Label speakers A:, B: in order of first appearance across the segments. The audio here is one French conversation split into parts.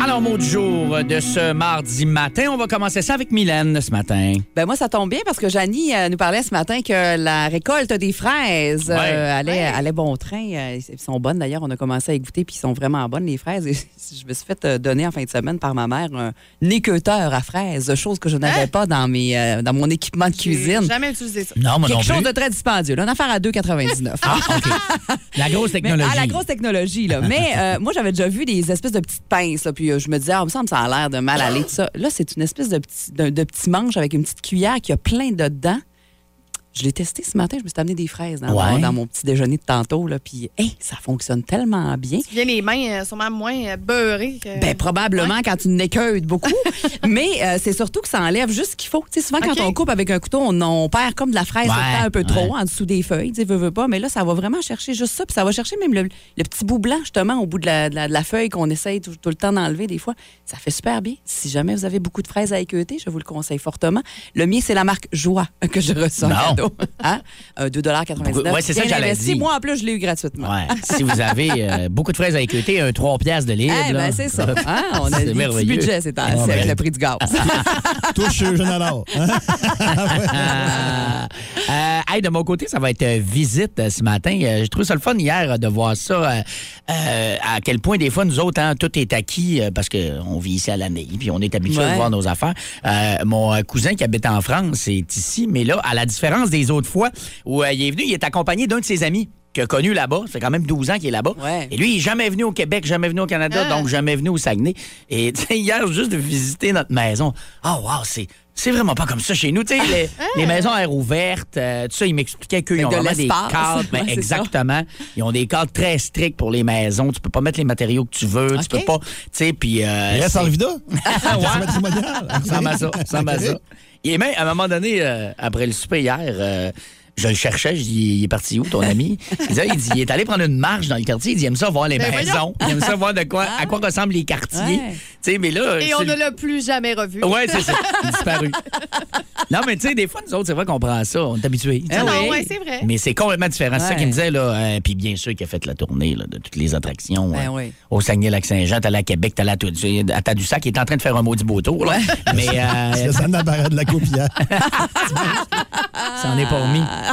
A: Alors, mot du jour de ce mardi matin, on va commencer ça avec Mylène ce matin.
B: Ben moi, ça tombe bien parce que Janie euh, nous parlait ce matin que la récolte des fraises euh,
A: Ouais.
B: allait, allait bon train. Euh, Elles sont bonnes d'ailleurs. On a commencé à y goûter puis elles sont vraiment bonnes, les fraises. Et je me suis fait euh, donner en fin de semaine par ma mère un équeuteur à fraises, chose que je n'avais pas dans, mes, euh, dans mon équipement de
C: Hein? J'ai
B: cuisine.
C: Jamais utilisé ça.
A: Non, moi
B: Quelque
A: non
B: chose
A: plus.
B: de très dispendieux. là. Une affaire à 2,99.
A: Ah, OK. La grosse
B: Mais-
A: technologie.
B: ah, la grosse technologie, là. Mais euh, moi, j'avais déjà vu des espèces de petites pinces, là, puis euh, je me disais, ah, me semble, ça a l'air de mal aller, tout ça. Là, c'est une espèce de petit, de, de petit manche avec une petite cuillère qui a plein de dents. Je l'ai testé ce matin, je me suis amené des fraises dans,
A: Ouais.
B: mon, dans mon petit déjeuner de tantôt, là, puis hey, ça fonctionne tellement bien.
C: Tu viens les mains euh, sûrement moins euh, beurrées que.
B: Ben, probablement quand tu n'écueilles beaucoup. Mais euh, c'est surtout que ça enlève juste ce qu'il faut. Tu sais, souvent, quand
C: OK.
B: on coupe avec un couteau, on, on perd comme de la fraise
A: Ouais,
B: on perd un peu trop
A: ouais.
B: en dessous des feuilles. Tu sais, veux, veux pas. Mais là, ça va vraiment chercher juste ça. Puis ça va chercher même le, le petit bout blanc, justement, au bout de la, de la- de la feuille qu'on essaye tout, tout le temps d'enlever, des fois. Ça fait super bien. Si jamais vous avez beaucoup de fraises à équeuter, je vous le conseille fortement. Le mien, c'est la marque Joie que je reçois.
A: Non.
B: en cadeau. Hein? Euh, 2,99
A: Ouais, c'est ça que
B: Bien
A: j'allais
B: investi.
A: dire.
B: Moi, en plus, je l'ai eu gratuitement.
A: Ouais. Si vous avez euh, beaucoup de fraises à écouter, un 3 piastres de libre.
B: Eh
A: là.
B: ben, c'est ça. Hein? On a
A: C'est
B: des petits
A: merveilleux.
B: budgets, c'est
A: Ah,
B: c'est avec
A: ben.
B: le prix du gaz.
D: Touche, jeune alors.
A: Ah. Euh, hey, de mon côté, ça va être euh, visite euh, ce matin. Euh, J'ai trouvé ça le fun hier euh, de voir ça. euh, euh, à quel point, des fois, nous autres, hein, tout est acquis euh, parce qu'on vit ici à l'année puis on est habitué
B: Ouais.
A: de voir nos affaires. Euh, mon euh, cousin qui habite en France est ici, mais là, à la différence des autres fois où euh, il est venu, il est accompagné d'un de ses amis qu'il a connu là-bas. Ça fait quand même 12 ans qu'il est là-bas.
B: Ouais.
A: Et lui, il n'est jamais venu au Québec, jamais venu au Canada,
C: Ah.
A: donc jamais venu au Saguenay. Et tu sais, hier, juste de visiter notre maison, ah wow, c'est... C'est vraiment pas comme ça chez nous. Tu sais, les, les maisons à air ouverte, euh, tout ça, ils m'expliquaient qu'ils
B: Avec
A: ont
B: Ah. de
A: vraiment des
B: l'espace.
A: cadres. ben,
B: Ouais, c'est ça.
A: exactement. Ils ont des cadres très stricts pour les maisons. Tu peux pas mettre les matériaux que tu veux. Tu peux
B: Ok.
A: pas. Tu sais, puis. euh,
D: Reste
A: c'est-
D: en vida.
A: Ah, ouais. Ça
D: Ça
A: m'a ça, ça m'a ça. Et même, à un moment donné, euh, après le souper hier, euh, je le cherchais, je dis, il est parti où, ton ami? Il dit, il dit, il est allé prendre une marche dans le quartier, il dit, il aime ça voir les
C: Ben Ah.
A: maisons, il aime ça voir de quoi, à quoi ressemblent les quartiers.
B: Ouais.
A: Tu sais, mais là...
C: Et
A: c'est
C: on
A: le-
C: ne l'a plus jamais revu.
A: Ouais, c'est ça. Disparu. Non, mais tu sais, des fois, nous autres, c'est vrai qu'on prend ça. On est habitués.
C: Ah non,
B: Oui.
C: ouais, c'est vrai.
A: Mais c'est complètement différent. C'est ça
B: Ouais.
A: qu'il me disait, là. Euh, puis bien sûr qu'il a fait la tournée là, de toutes les attractions.
B: Ben
A: euh,
B: oui.
A: Au Saguenay-Lac-Saint-Jean, t'allais à Québec, t'allais à, Tou- à Tadoussac. Il est en train de faire un maudit beau tour, là. Mais euh,
D: Ça n'a barré de la coupière.
A: ça en est pas remis.
B: Ah.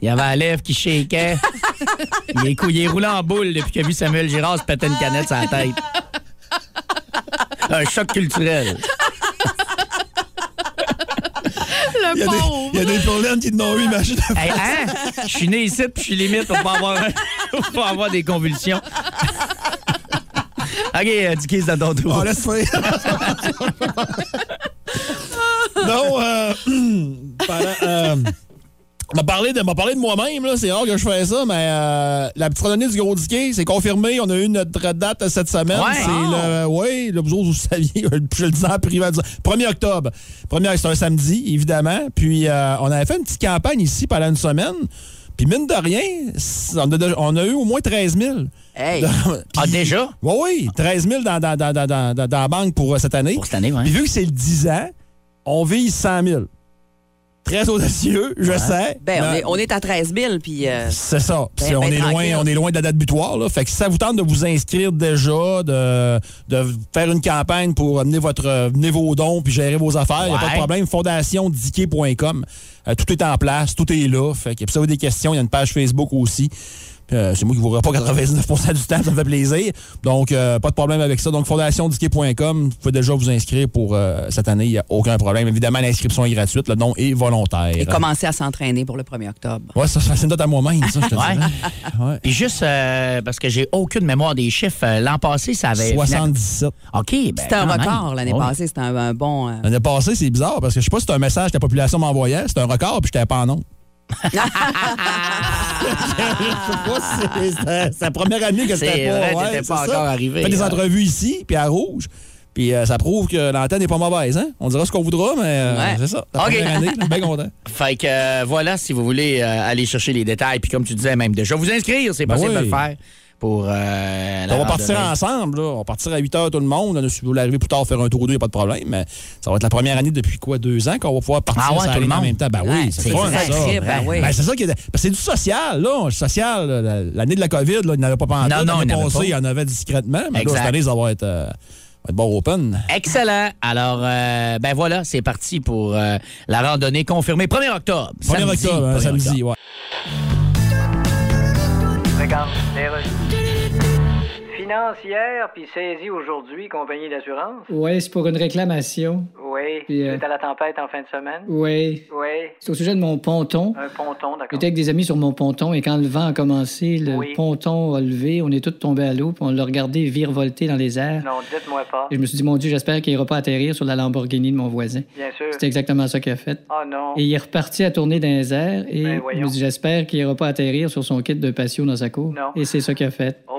A: Il y avait la lèvre qui shakeait. les couilles, il est roulé en boule depuis qu'il a vu Samuel Girard se péter une canette sur la tête. Un choc culturel.
C: Le
D: Il y a des,
C: pauvre.
D: il y a des tourlaines qui n'ont eu imagine.
A: Hey, hein? Je suis né ici, puis je suis limite pour pas avoir, pour pas avoir des convulsions. OK, euh, du kiss dans ton tour.
D: On laisse faire. non, euh, pendant, euh, on m'a parlé de, on m'a parlé de moi-même, là, c'est rare que je fais ça, mais euh, la petite randonnée du gros diquet, c'est confirmé, on a eu notre date cette semaine.
A: Ouais.
D: C'est le, oui, là, vous autres, vous saviez, je le disais en privé, je le disais. 1er octobre. 1er, c'est un samedi, évidemment. Puis, euh, on avait fait une petite campagne ici pendant une semaine. Puis, mine de rien, c'est- on a, déjà- on a eu au moins 13 000.
B: Hey.
A: Ah, déjà?
D: Oui, oui, 13 000 dans, dans, dans, dans, dans, dans la banque pour euh, cette année.
A: Pour cette année, ouais.
D: Puis vu que c'est le 10 ans, on vise 100 000. Très audacieux, je sais.
B: Ben, on
D: mais
B: est, on est à 13 000, puis... euh,
D: C'est ça. Puis
B: Ben,
D: on,
B: ben,
D: est loin,
B: tranquille.
D: on est loin de la date butoir. Là. Fait que si ça vous tente de vous inscrire déjà, de, de faire une campagne pour amener votre, euh, venez vos dons puis gérer vos affaires, il n'y a pas
A: Ouais.
D: de problème. Fondationdiquet.com. Euh, tout est en place, tout est là. Fait que, puis si vous avez des questions, il y a une page Facebook aussi. Puis, euh, c'est moi qui ne vous réponds pas 99 du temps, ça me fait plaisir. Donc, euh, pas de problème avec ça. Donc, fondationdiquet.com, vous pouvez déjà vous inscrire pour euh, cette année, il n'y a aucun problème. Évidemment, l'inscription est gratuite, le don est volontaire.
B: et commencer à s'entraîner pour le 1er
A: Ben,
B: octobre.
D: Ouais, ça, ça, c'est une note à moi-même, ça, je te
A: Ouais.
D: dirais. Ouais.
A: Puis juste, euh, parce que j'ai aucune mémoire des chiffres, euh, l'an passé, ça avait...
D: 77.
A: OK, ben,
B: C'était un
A: quand même.
B: record l'année
A: Ouais.
B: passée, c'était un, un bon... euh,
D: L'année passée, c'est bizarre parce que je sais pas si c'est un message que la population m'envoyait, c'est un record, puis j'étais pas en nom. je sais pas si c'est- c'est c'est la première année que
A: Ah. C'est
D: c'était pas.
A: vrai, t'étais
D: c'est
A: pas
D: ça.
A: encore arrivé,
D: J'ai fait des
A: hein.
D: entrevues ici, puis à Rouge. Puis euh, ça prouve que l'antenne n'est pas mauvaise. Hein? On dira ce qu'on voudra, mais euh,
B: Ouais.
D: c'est ça. La
A: OK.
D: première année, là, bien content.
A: Fait que euh, voilà, si vous voulez euh, aller chercher les détails, puis comme tu disais, même déjà vous inscrire, c'est
D: Ben
A: possible de
D: oui.
A: le faire pour euh, la
D: on va partir
A: randonnée.
D: ensemble. là. On va partir à 8 h tout le monde. Là, Si vous voulez arriver plus tard, faire un tour d'eau, il n'y a pas de problème. Mais ça va être la première année depuis quoi, deux ans, qu'on va pouvoir partir
A: Ah ouais,
D: sur la
A: tout le
D: ligne en
A: monde.
D: même temps. Ben
B: Ouais,
D: oui,
B: c'est
D: c'est fun,
B: ça,
D: ça.
B: le trip, ben oui.
D: Ben, c'est ça qui est- parce que c'est du social, là. Social, là. La- l'année de la COVID, là, il n'y en avait pas pendant
A: Non, non, il n'y en avait pas.
D: il y en avait discrètement. Mais là,
A: Exact.
D: cette année, ça va être, euh, va être bon open.
A: Excellent. Alors, euh, ben voilà, c'est parti pour euh, la randonnée confirmée 1er octobre.
D: 1er
A: Samedi,
D: octobre,
A: 1er
D: hein,
A: octobre.
D: samedi, ouais.
E: Regarde, les rues. Financière, puis saisie aujourd'hui, compagnie d'assurance.
F: Oui, c'est pour une réclamation.
E: Oui.
F: Puis, euh,
E: C'est à la tempête en fin de semaine.
F: Oui.
E: Oui.
F: C'est au sujet de mon ponton.
E: Un ponton, d'accord.
F: J'étais avec des amis sur mon ponton et quand le vent a commencé, le
E: Oui.
F: ponton a levé, on est tous tombés à l'eau, puis on l'a regardé virevolter dans les airs.
E: Non, dites-moi pas.
F: Et je me suis dit, mon Dieu, j'espère qu'il ira pas atterrir sur la Lamborghini de mon voisin.
E: Bien sûr.
F: C'est exactement ça qu'il a fait.
E: Oh non.
F: Et il est reparti à tourner dans les airs et
E: Ben,
F: je
E: voyons.
F: me suis dit, j'espère qu'il ira pas atterrir sur son kit de patio dans sa cour.
E: Non.
F: Et c'est ça qu'il a fait.
E: Oh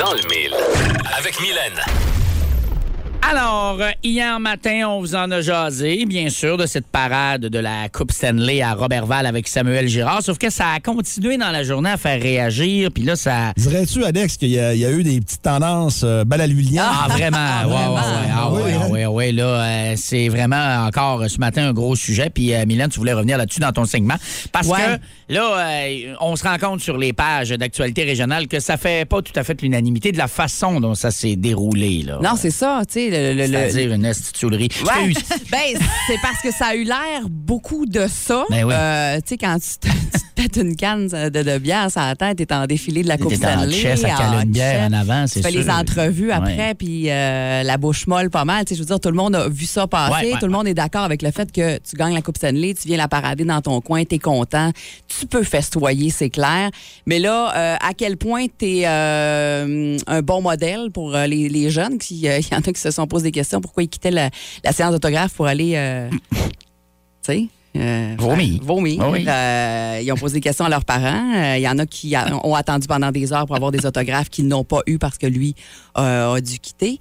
G: Dans le mille. Avec Mylène.
A: Alors, euh, hier matin, on vous en a jasé, bien sûr, de cette parade de la Coupe Stanley à Robertval avec Samuel Girard, sauf que ça a continué dans la journée à faire réagir, puis là, ça...
D: Dirais-tu, Alex, qu'il y, a il y a eu des petites tendances euh, balle à l'huilien?
A: Ah, vraiment? Ouais, ouais, ouais. Ah, ouais,
D: Oui,
A: ah,
D: hein?
A: ouais, ouais, là, euh, c'est vraiment encore euh, ce matin un gros sujet. Puis, euh, Mylène, tu voulais revenir là-dessus dans ton segment. Parce
B: Ouais.
A: que là, euh, on se rend compte sur les pages d'actualité régionale que ça fait pas tout à fait l'unanimité de la façon dont ça s'est déroulé. Là.
B: Non, c'est ça, tu sais, le- le- le-
A: C'est-à-dire une institulerie.
B: Ouais. ben, c'est parce que ça a eu l'air beaucoup de ça.
A: Ben oui.
B: Euh, tu sais, quand tu te, tu te pètes une canne euh, de, de bière sur la tête, t'es en défilé de la Coupe
A: T'es en
B: Stanley.
A: chess, à caler une bière
B: chess.
A: en avant, c'est
B: Tu fais
A: sûr.
B: les entrevues
A: Ouais.
B: après, puis euh, la bouche molle pas mal. Tu sais, je veux dire, tout le monde a vu ça passer.
A: Ouais, ouais,
B: tout le monde est d'accord avec le fait que tu gagnes la Coupe Stanley, tu viens la parader dans ton coin, t'es content. Tu peux festoyer, c'est clair. Mais là, euh, à quel point t'es euh, un bon modèle pour euh, les, les jeunes? qui, euh, Il y en a qui se sont posé des questions. Pourquoi ils quittaient la, la séance d'autographe pour aller... euh, tu sais. euh,
A: Vomir.
B: faire- Vomir.
A: Ah oui.
B: Euh, ils ont posé des questions à leurs parents. Euh, Il y en a qui a- ont attendu pendant des heures pour avoir des autographes qu'ils n'ont pas eu parce que lui euh, a dû quitter.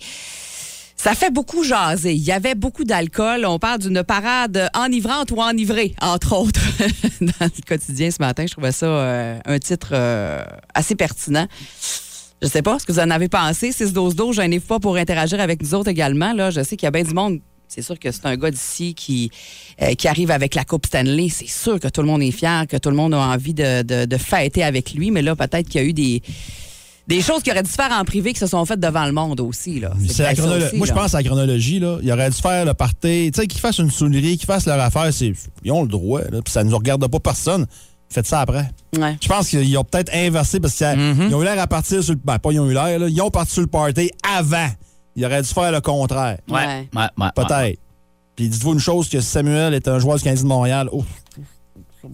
B: Ça fait beaucoup jaser. Il y avait beaucoup d'alcool. On parle d'une parade enivrante ou enivrée, entre autres, dans le quotidien ce matin. Je trouvais ça euh, un titre euh, assez pertinent. Je sais pas ce que vous en avez pensé. 6-12-12, je n'ai pas pour interagir avec nous autres également. Là, je sais qu'il y a bien du monde. C'est sûr que c'est un gars d'ici qui, euh, qui arrive avec la Coupe Stanley. C'est sûr que tout le monde est fier, que tout le monde a envie de, de- de fêter avec lui. Mais là, peut-être qu'il y a eu des, des choses qu'il aurait dû faire en privé qui se sont faites devant le monde aussi. Là.
D: C'est la
B: peut-être ça
D: chronolo-
B: aussi,
D: Moi, je
B: là.
D: pense à la chronologie. Là. Il aurait dû faire le party. Tu sais, qu'ils fassent une sounerie, qu'ils fassent leur affaire. c'est- Ils ont le droit. Là. Puis ça ne nous regarde pas personne. Faites ça après.
B: Ouais.
D: Je pense qu'ils ont peut-être inversé parce qu'ils
B: Mm-hmm.
D: ont eu l'air à partir sur le. Ben, pas ils ont eu l'air. là. Ils ont parti sur le party avant. Ils auraient dû faire le contraire.
A: Ouais,
B: Ouais.
A: ouais, ouais,
D: Peut-être. Puis dites-vous une chose que Samuel est un joueur du Canadien de Montréal. Ouf.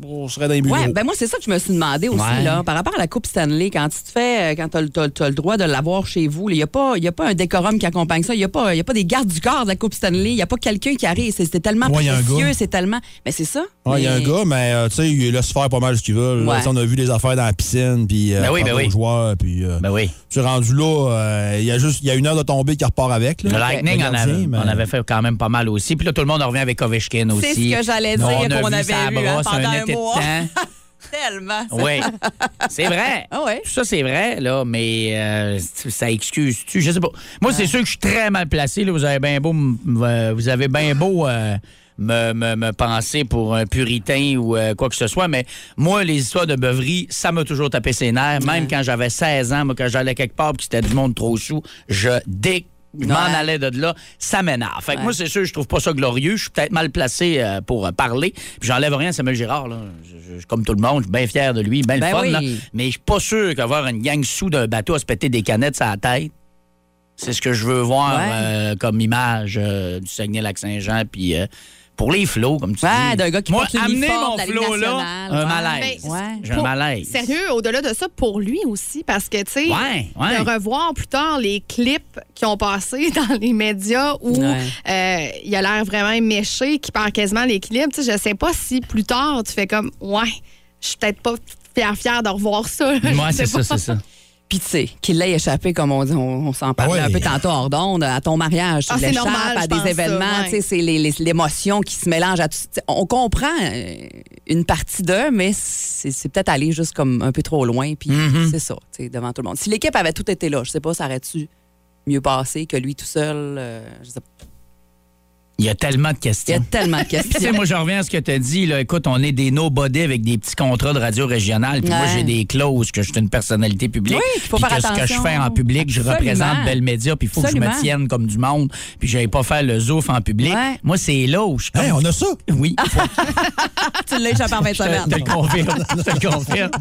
D: On serait dans les bureaux.
B: Ouais, ben moi, c'est ça que je me suis demandé aussi,
A: Ouais.
B: là, par rapport à la Coupe Stanley. Quand tu te fais, euh, quand tu as, le droit de l'avoir chez vous, il n'y a, pas- y a pas un décorum qui accompagne ça. Il n'y a, pas- y a pas des gardes du corps de la Coupe Stanley. Il n'y a pas quelqu'un qui arrive. C'est- C'était tellement
D: Ouais, y a un
B: précieux,
D: gars.
B: c'est tellement. Mais c'est ça.
D: Ouais, Il y a un
B: Mais-
D: gars, mais euh, tu sais, il laisse faire pas mal ce qu'il veut. là.
B: Ouais.
D: Tu sais, On a vu des affaires dans la piscine, puis euh,
A: Ben oui, ben
D: parler aux
A: oui.
D: joueurs, puis euh,
A: Ben oui.
D: tu es rendu là, euh, il y a juste il y a une heure de tombée qui repart avec.
A: Le
D: là.
A: Lightning,
D: Le
A: on
D: gardien,
A: avait,
D: mais-
A: on avait fait quand même pas mal aussi. Puis là, tout le monde revient avec Ovechkin aussi.
B: C'est ce que j'allais
A: Non,
B: dire
A: on a
B: qu'on
A: vu
B: avait
A: sa
B: eu, hein,
A: brosse
B: pendant un
A: été de
B: mois.
A: temps.
B: Tellement. ça-
A: Oui, c'est vrai.
B: Ah ouais?
A: Tout ça, c'est vrai, là, mais euh, ça excuse-tu? Je sais pas. Moi, c'est sûr que je suis très mal placé. Là. Vous avez bien beau, m- m- euh, vous avez bien beau euh, me, me- me penser pour un puritain ou euh, quoi que ce soit, mais moi, les histoires de beuverie, ça m'a toujours tapé ses nerfs. Même quand j'avais 16 ans, moi, quand j'allais quelque part et que c'était du monde trop chou, je dé... Je m'en
B: Ouais.
A: allais de là, ça m'énerve. Fait que
B: Ouais.
A: moi, c'est sûr, je trouve pas ça glorieux. Je suis peut-être mal placé euh, pour euh, parler. Puis j'enlève rien à Samuel Girard. Là. Je- je- comme tout le monde, je suis bien fier de lui, bien le
B: Ben
A: fun.
B: oui.
A: là. Mais je suis pas sûr qu'avoir une gang sous d'un bateau à se péter des canettes sur la tête, C'est ce que je veux voir
B: Ouais.
A: euh, comme image euh, du Saguenay-Lac-Saint-Jean. Puis euh, pour les flots, comme tu
B: Ouais,
A: dis.
B: d'un gars qui
A: Moi,
B: porte
A: amener
B: l'uniforme
A: mon
B: de la Ligue
A: flow là,
B: nationale,
A: un
B: ouais.
A: malaise.
B: Ouais.
A: J'ai un
C: Pour-
A: malaise.
C: Sérieux, au-delà de ça, pour lui aussi, parce que, tu sais,
A: Ouais, ouais.
C: de revoir plus tard les clips qui ont passé dans les médias où
B: Ouais.
C: euh, il a l'air vraiment méché, qui perd quasiment l'équilibre, tu sais, je sais pas si plus tard tu fais comme, ouais, je suis peut-être pas fier fier de revoir ça. Je
A: Ouais,
C: sais
A: c'est ça,
C: pas.
A: c'est ça.
B: Puis, tu sais, qu'il l'ait échappé, comme on, dit, on, on s'en parlait
D: ouais.
B: un peu tantôt hors d'onde, à ton mariage, tu
C: Ah, c'est
B: l'échappes
C: normal, je
B: à des
C: pense ça,
B: événements,
C: ouais.
B: tu sais, c'est les- les- l'émotion qui se mélange à tout. tu sais, On comprend euh, une partie d'eux, mais c'est c'est peut-être aller juste comme un peu trop loin, puis c'est ça, tu sais, devant tout le monde. Si l'équipe avait tout été là, je sais pas, ça aurait-tu mieux passé que lui tout seul? euh, je sais pas.
A: Il y a tellement de
B: Il y a
A: questions.
B: tellement de
A: Puis, tu sais,
B: questions.
A: moi, je reviens à ce que tu as dit. Là. Écoute, on est des nobody avec des petits contrats de radio régionale. Puis moi,
B: Ouais.
A: j'ai des clauses que je suis une personnalité publique.
B: Oui, qu'il faut
A: puis
B: faire
A: que ce que je
B: attention.
A: fais en public, je
B: Absolument.
A: représente Belle Média. Puis il faut que je
B: Absolument.
A: me tienne comme du monde. Puis je pas faire le zouf en public.
B: Ouais. Ah,
A: Moi, c'est là où je suis comme-
D: Hey, on a ça!
A: Oui,
B: tu l'as échappé en 20
A: je te le confirme. Je te le confirme.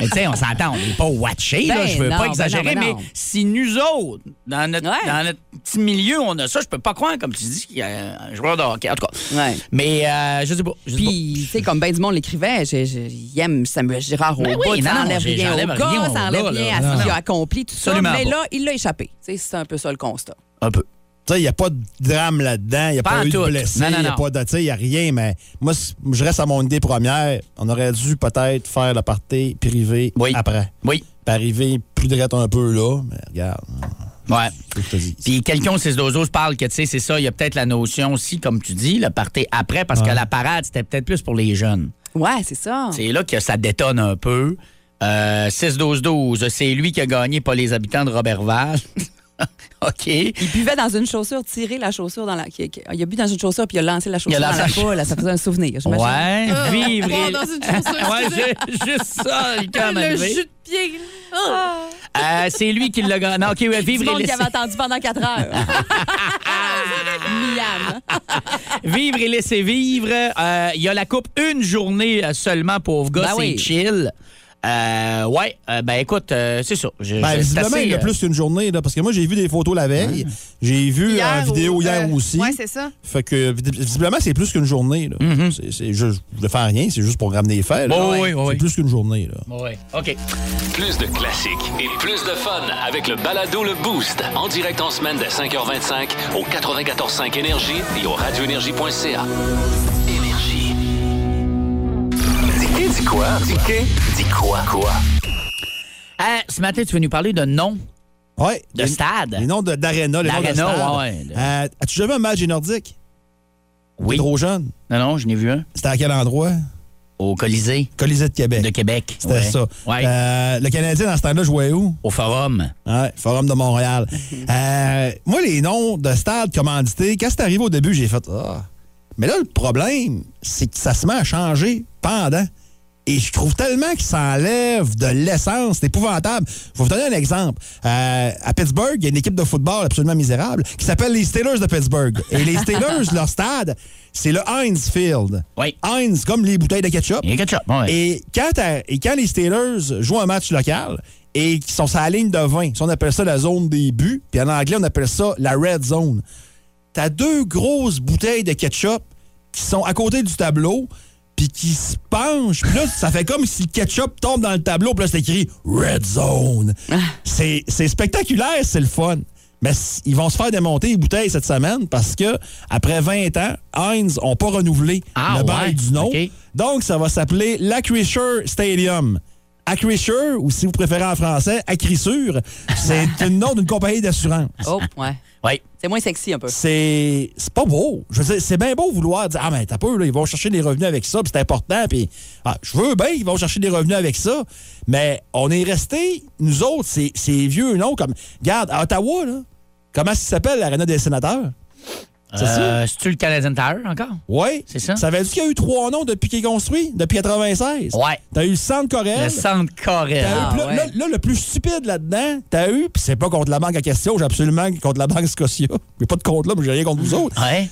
A: Mais tu sais, on s'entend, on n'est pas watché. là.
B: Ben
A: je veux
B: non,
A: pas
B: ben
A: exagérer.
B: non, ben
A: mais
B: non.
A: si nous autres, dans notre,
B: Ouais.
A: dans notre petit milieu, on a ça, je peux pas croire, comme tu dis, qu'il y a un joueur de hockey. En tout cas.
B: Ouais.
A: Mais euh, je sais pas. je sais pas.
B: Puis, tu sais, comme ben du monde l'écrivait, j'ai- j'ai- il aime Samuel Girard au
A: Ben oui,
B: bout,
A: non,
B: ça enlève
A: j'ai-
B: rien au
A: j'enlève rien
B: gars,
A: au
B: ça enlève
A: gars,
B: rien
A: là.
B: à
A: Non,
B: ce qu'il
A: non.
B: a accompli, tout ça.
A: Absolument
B: Mais
A: pas.
B: là, il l'a échappé. Tu sais, C'est un peu ça le constat.
A: Un peu.
D: Tu sais, il n'y a pas de drame là-dedans, il n'y a
A: Pas
D: pas,
A: en
D: eu
A: tout.
D: de blessé,
A: Non, non,
D: il n'y a
A: non.
D: pas de. Tu sais, il n'y a rien, mais moi, c- je reste à mon idée première. On aurait dû peut-être faire la partie privée
A: Oui.
D: après.
A: Oui.
D: Puis arriver plus direct un peu là, mais regarde,
A: Ouais.
D: c'est ce que je te dis.
A: Puis quelqu'un au 6 12 parle que, tu sais, c'est ça, il y a peut-être la notion aussi, comme tu dis, le party après, parce que la parade, c'était peut-être plus pour les jeunes.
B: Ouais, c'est ça.
A: C'est là que ça détonne un peu. Euh, 6-12-12, c'est lui qui a gagné, pas les habitants de Robertval. OK.
B: Il buvait dans une chaussure, tirer la chaussure dans la. qui- qui- Il a bu dans une chaussure puis il a lancé la chaussure
A: Il a
B: dans la
A: lancé la-
B: poule. Ça faisait un souvenir, j'imagine.
A: Ouais, vivre.
C: Oh,
A: il-
C: dans une chaussure,
A: ouais,
C: excusez.
A: ju- juste ça, le camp
C: Le
A: m'arrivé.
C: jus de pied. Ah.
A: Euh, C'est lui qui l'a gagné. Non, OK, ouais,
B: Du
A: vivre
B: monde
A: et
B: qui
A: laisser.
B: avait attendu pendant quatre heures. Miam. hein.
A: Vivre et laisser vivre. Euh, Il y a la coupe une journée euh, seulement, pauvre gars,
B: Ben
A: c'est
B: oui.
A: chill. Euh, ouais, euh, ben écoute, euh, c'est ça. Je-
D: Ben,
A: je- c'est
D: visiblement,
A: assez,
D: il y a
A: euh,
D: plus qu'une journée, là, parce que moi, j'ai vu des photos la veille. J'ai vu une
C: Hier
D: vidéo
C: ou,
D: hier
C: euh,
D: aussi.
C: Ouais, c'est ça.
D: fait que, vid- visiblement, c'est plus qu'une journée. Là. C'est- c'est juste- je ne fais rien, c'est juste pour ramener les faits. là.
A: Bon, Mm-hmm. Oh, oui, oui, oui.
D: C'est plus qu'une journée. Là.
A: Ouais, OK.
G: Plus de classiques et plus de fun avec le balado Le Boost. En direct en semaine dès 5h25 au 94.5 Énergie et au radioénergie.ca. Énergie. Dis dis quoi? Dis Dis quoi? Quoi?
A: Euh, ce matin, tu veux nous parler de nom
D: Ouais,
A: de
D: les-
A: stade.
D: Les noms de- d'arena, les noms de
A: D'Arena,
D: stade.
A: ouais, ouais.
D: Euh, As-tu jamais vu un match des Nordiques? T'es
A: Oui.
D: trop jeune.
A: Non, non, je n'ai vu un.
D: C'était à quel endroit?
A: Au Colisée
D: Colisée de Québec.
A: de Québec.
D: C'était
A: Ouais.
D: ça.
A: Ouais.
D: Euh, le Canadien, dans ce temps-là, jouait où?
A: Au Forum.
D: Ouais, Forum de Montréal. Euh, moi, les noms de stades commandités, quand c'est arrivé au début, j'ai fait Ah. Mais là, le problème, c'est que ça se met à changer pendant. Et je trouve tellement que ça enlève de l'essence. C'est épouvantable. Je vais vous donner un exemple. Euh, à Pittsburgh, il y a une équipe de football absolument misérable qui s'appelle les Steelers de Pittsburgh. Et les Steelers, leur stade, c'est le Heinz Field.
A: Oui.
D: Heinz, comme les bouteilles de ketchup.
A: Il y a quelque chose. ouais.
D: Et quand, t'as- et quand les Steelers jouent un match local et qu'ils sont sur la ligne de 20, ça, on appelle ça la zone des buts, puis en anglais, on appelle ça la red zone. T'as deux grosses bouteilles de ketchup qui sont à côté du tableau, puis qui se penchent. Puis là, ça fait comme si le ketchup tombe dans le tableau, puis là, c'est écrit red zone.
A: Ah.
D: C'est c'est spectaculaire, c'est le fun. Mais s- ils vont se faire démonter les bouteilles cette semaine parce que après 20 ans, Heinz n'ont pas renouvelé
A: Ah,
D: le
A: ouais.
D: bail du nom.
A: OK.
D: Donc, ça va s'appeler l'Acrisure Stadium. Acrisure, ou si vous préférez en français, Acrisure, c'est le nom d'une compagnie d'assurance.
B: Oh, ouais.
A: Ouais.
B: C'est moins sexy un peu.
D: C'est c'est pas beau. Je veux dire, c'est bien beau vouloir dire Ah, mais t'as peu, là, ils vont chercher des revenus avec ça, puis c'est important, puis ah, je veux bien, ils vont chercher des revenus avec ça. Mais on est resté, nous autres, ces, ces vieux noms, comme, regarde, à Ottawa, là, comment ça s'appelle l'Arena des sénateurs? C'est ça?
A: Euh, C'est-tu le Canadien Tower encore?
D: Oui.
A: C'est ça?
D: Ça veut dire qu'il y a eu trois noms depuis qu'il est construit, depuis 96.
A: Ouais.
D: T'as eu le Centre Corel.
A: Le centre Ah,
D: T'as
A: coréen.
D: eu, puis là,
B: ouais.
D: là- là, le plus stupide là-dedans, t'as eu,
A: Ah,
D: puis c'est pas contre la banque en question, j'ai absolument contre la banque Scotia. J'ai pas de compte là, mais j'ai rien contre vous autres.
A: Ouais.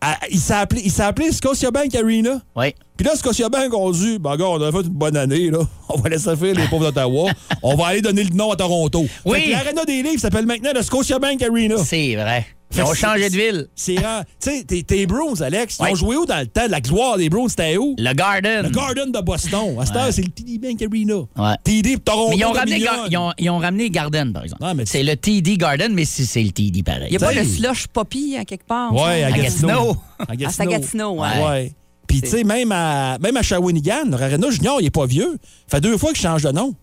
D: à- Ah, il s'est appelé, il s'est appelé Scotiabank Arena.
A: Oui.
D: Puis là, Scotiabank ont dit, ben gars, on a fait une bonne année, là. On va laisser faire les pauvres d'Ottawa. on va aller donner le nom à Toronto. Fait
A: Oui.
D: que L'Arena des Livres s'appelle maintenant le Scotiabank Arena.
A: C'est vrai. Ils ont changé de ville.
D: C'est rare. Tu sais, tes- tes Bruins, Alex, ils
A: Ouais.
D: ont joué où dans le temps? La gloire des Bruins, c'était où?
A: Le Garden.
D: Le Garden de Boston. À cette heure, c'est le TD Bank Arena.
A: Ouais.
D: TD Toronto.
A: Mais ils ont,
D: de
A: ramené
D: Million.
A: Gar- ils, ont, ils ont ramené Garden, par exemple.
D: Ah, mais tu-
A: c'est le TD Garden, mais si c'est le TD pareil.
B: Il n'y a pas
D: T'sais.
B: le slush poppy à quelque part. Ah,
D: Ouais, à
B: genre?
D: Gatineau.
A: Gatineau.
B: À Sagatino, ouais.
D: Ouais. Puis, tu sais, même à, même à Shawinigan, leur Arena Junior, il n'est pas vieux. Ça fait deux fois qu'il change de nom.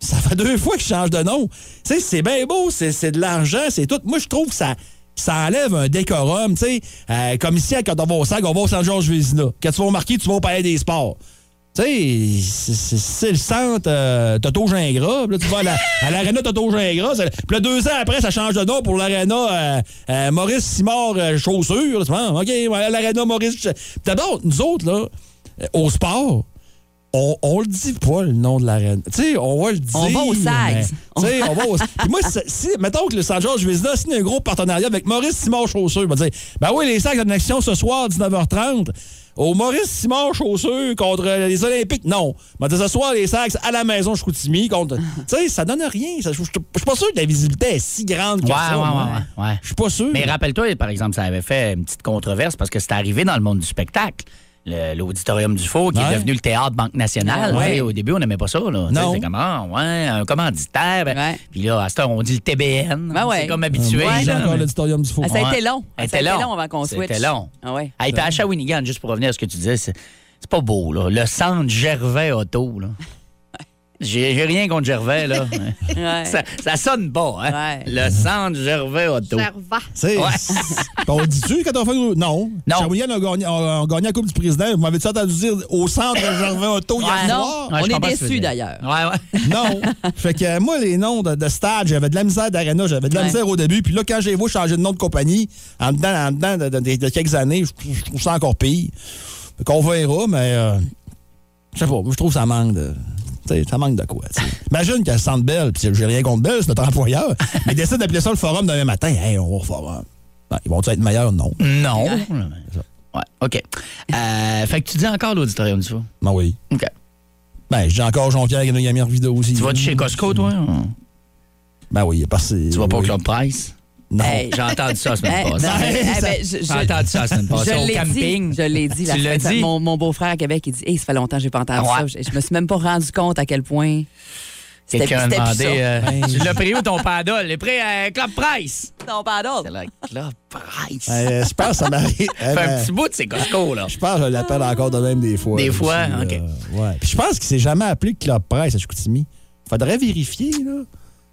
D: Ça fait deux fois qu'il change de nom. Tu sais, c'est bien beau, c'est c'est de l'argent, c'est tout. Moi, je trouve que ça, ça enlève un décorum. Tu sais, Euh, comme ici, quand on va au SAG, on va au Saint-Georges Vézina. Quand tu vas au Marquis, tu vas au Palais des Sports. Tu sais, c'est- c'est c'est le centre euh, Toto Gingras. Puis là, tu vas à la- à l'Arena Toto Gingras. C'est- Puis là, deux ans après, ça change de nom pour l'Arena euh, euh, Maurice Simard euh, Chaussure. Tu vois, OK, voilà, l'Arena Maurice. Ch- Puis D'abord, nous autres, là, euh, au sport, on, on le dit pas le nom de l'arène. Tu sais, on va le dire.
B: On va au Sags.
D: mais, Tu sais, on va au Puis moi, c'est- si, mettons que le Saint-Georges Vézina signe un gros partenariat avec Maurice Simard Chaussure, il va dire Ben oui, les Sags en action ce soir, 19h30. Au Maurice Simard Chaussure contre les Olympiques, non. Il va dire ce soir, les Sags à la maison, je contre. tu sais, ça donne rien. Ça- Je je- je suis pas sûr que la visibilité est si grande que
A: Ouais,
D: ça.
A: ouais,
D: moi.
A: ouais, ouais, ouais.
D: Je suis pas sûr.
A: Mais rappelle-toi, par exemple, ça avait fait une petite controverse parce que c'est arrivé dans le monde du spectacle. Le- L'auditorium du Faux, qui
D: Ouais.
A: est devenu le théâtre Banque Nationale.
B: Ouais.
A: Tu sais, Au début, on n'aimait pas ça. Là. Tu sais,
D: Non.
A: C'est comme, ah, ouais, un commanditaire. Ben,
B: Ouais.
A: Puis là, à cette heure, on dit le TBN.
B: Ben ouais.
A: C'est comme habitué.
D: Moi, j'ai
A: là,
D: encore
A: mais-
D: l'auditorium du faux.
B: Ah, ça a
A: Ouais.
B: été long.
A: Ça a
B: Ça a
A: été
B: été
A: long.
B: long avant qu'on switch.
A: C'était long.
B: Ah ouais.
A: Hey, puis à Shawinigan, juste pour revenir à ce que tu disais, c'est c'est pas beau, là. Le centre Gervais Auto, là. J'ai j'ai rien contre Gervais, là.
B: Ouais.
A: ça, ça sonne pas, hein?
B: Ouais.
A: Le centre Gervais Auto.
C: Gervais.
D: T'sais, On dit-tu quand on fait. une- Non.
A: Non.
D: Shawinigan a gagné, a- a gagné la Coupe du Président. Vous m'avez-tu entendu dire au centre Gervais Auto hier
A: Ouais,
D: soir?
A: Ouais, je
B: On est
A: comprends ce que tu
B: déçus,
A: veux dire.
B: d'ailleurs.
A: Ouais, ouais.
D: Non. Fait que euh, moi, les noms de, de stade, j'avais de la misère d'aréna, j'avais de la
B: Ouais.
D: misère au début. Puis là, quand j'ai vu changer de nom de compagnie, en dedans, en dedans de, de- de- de quelques années, je trouve- je trouve ça encore pire. Fait qu'on verra, mais euh, je sais pas, moi, je trouve que ça manque de. t'sais, ça manque de quoi. t'sais. Imagine qu'elle sente belle, puis j'ai rien contre belle, c'est notre employeur, mais décide d'appeler ça le forum demain matin. Hey, on va au forum. Ben, ils vont-tu être meilleurs? Non.
A: Non. Ouais, OK. Euh, fait que tu dis encore l'auditorium du Faux.
D: Ben oui.
A: OK.
D: Ben, j'ai encore Jean-Pierre qui a gagné en vidéo aussi.
A: Tu vas-tu chez Costco, toi?
D: Ben oui, parce que.
A: Tu vas pas au
D: oui.
A: Club Price?
D: Non.
B: Hey.
A: J'ai entendu ça la semaine
B: Eh, ben,
A: passée.
B: eh, ben, je-
A: J'ai
B: je-
A: entendu ça la semaine passée.
B: Je
A: Au
B: l'ai
A: camping.
B: dit, je l'ai dit. la
A: Tu l'as
B: fin de-
A: dit? Ah
B: Mon, mon beau-frère à Québec, il dit Hey, ça fait longtemps que j'ai pas entendu
A: Ouais.
B: ça. Je, je me suis même pas rendu compte à quel point. c'était-
A: Quelqu'un a
B: c'était plus
A: demandé,
B: ça.
A: euh,
D: Ben,
A: tu l'as pris où ton paddle? Il est prêt à Club Price?
B: Ton paddle.
A: la Club Price.
D: Euh, je pense que ça m'arrive.
A: fait
D: Euh, ben,
A: un petit bout de ces Costco, là.
D: Je pense que je l'appelle encore de même des fois.
A: Des
D: là,
A: fois,
D: aussi,
A: ok.
D: euh, ouais. Puis je pense qu'il s'est jamais appelé Club Presse à Chicoutimi. Faudrait vérifier, là.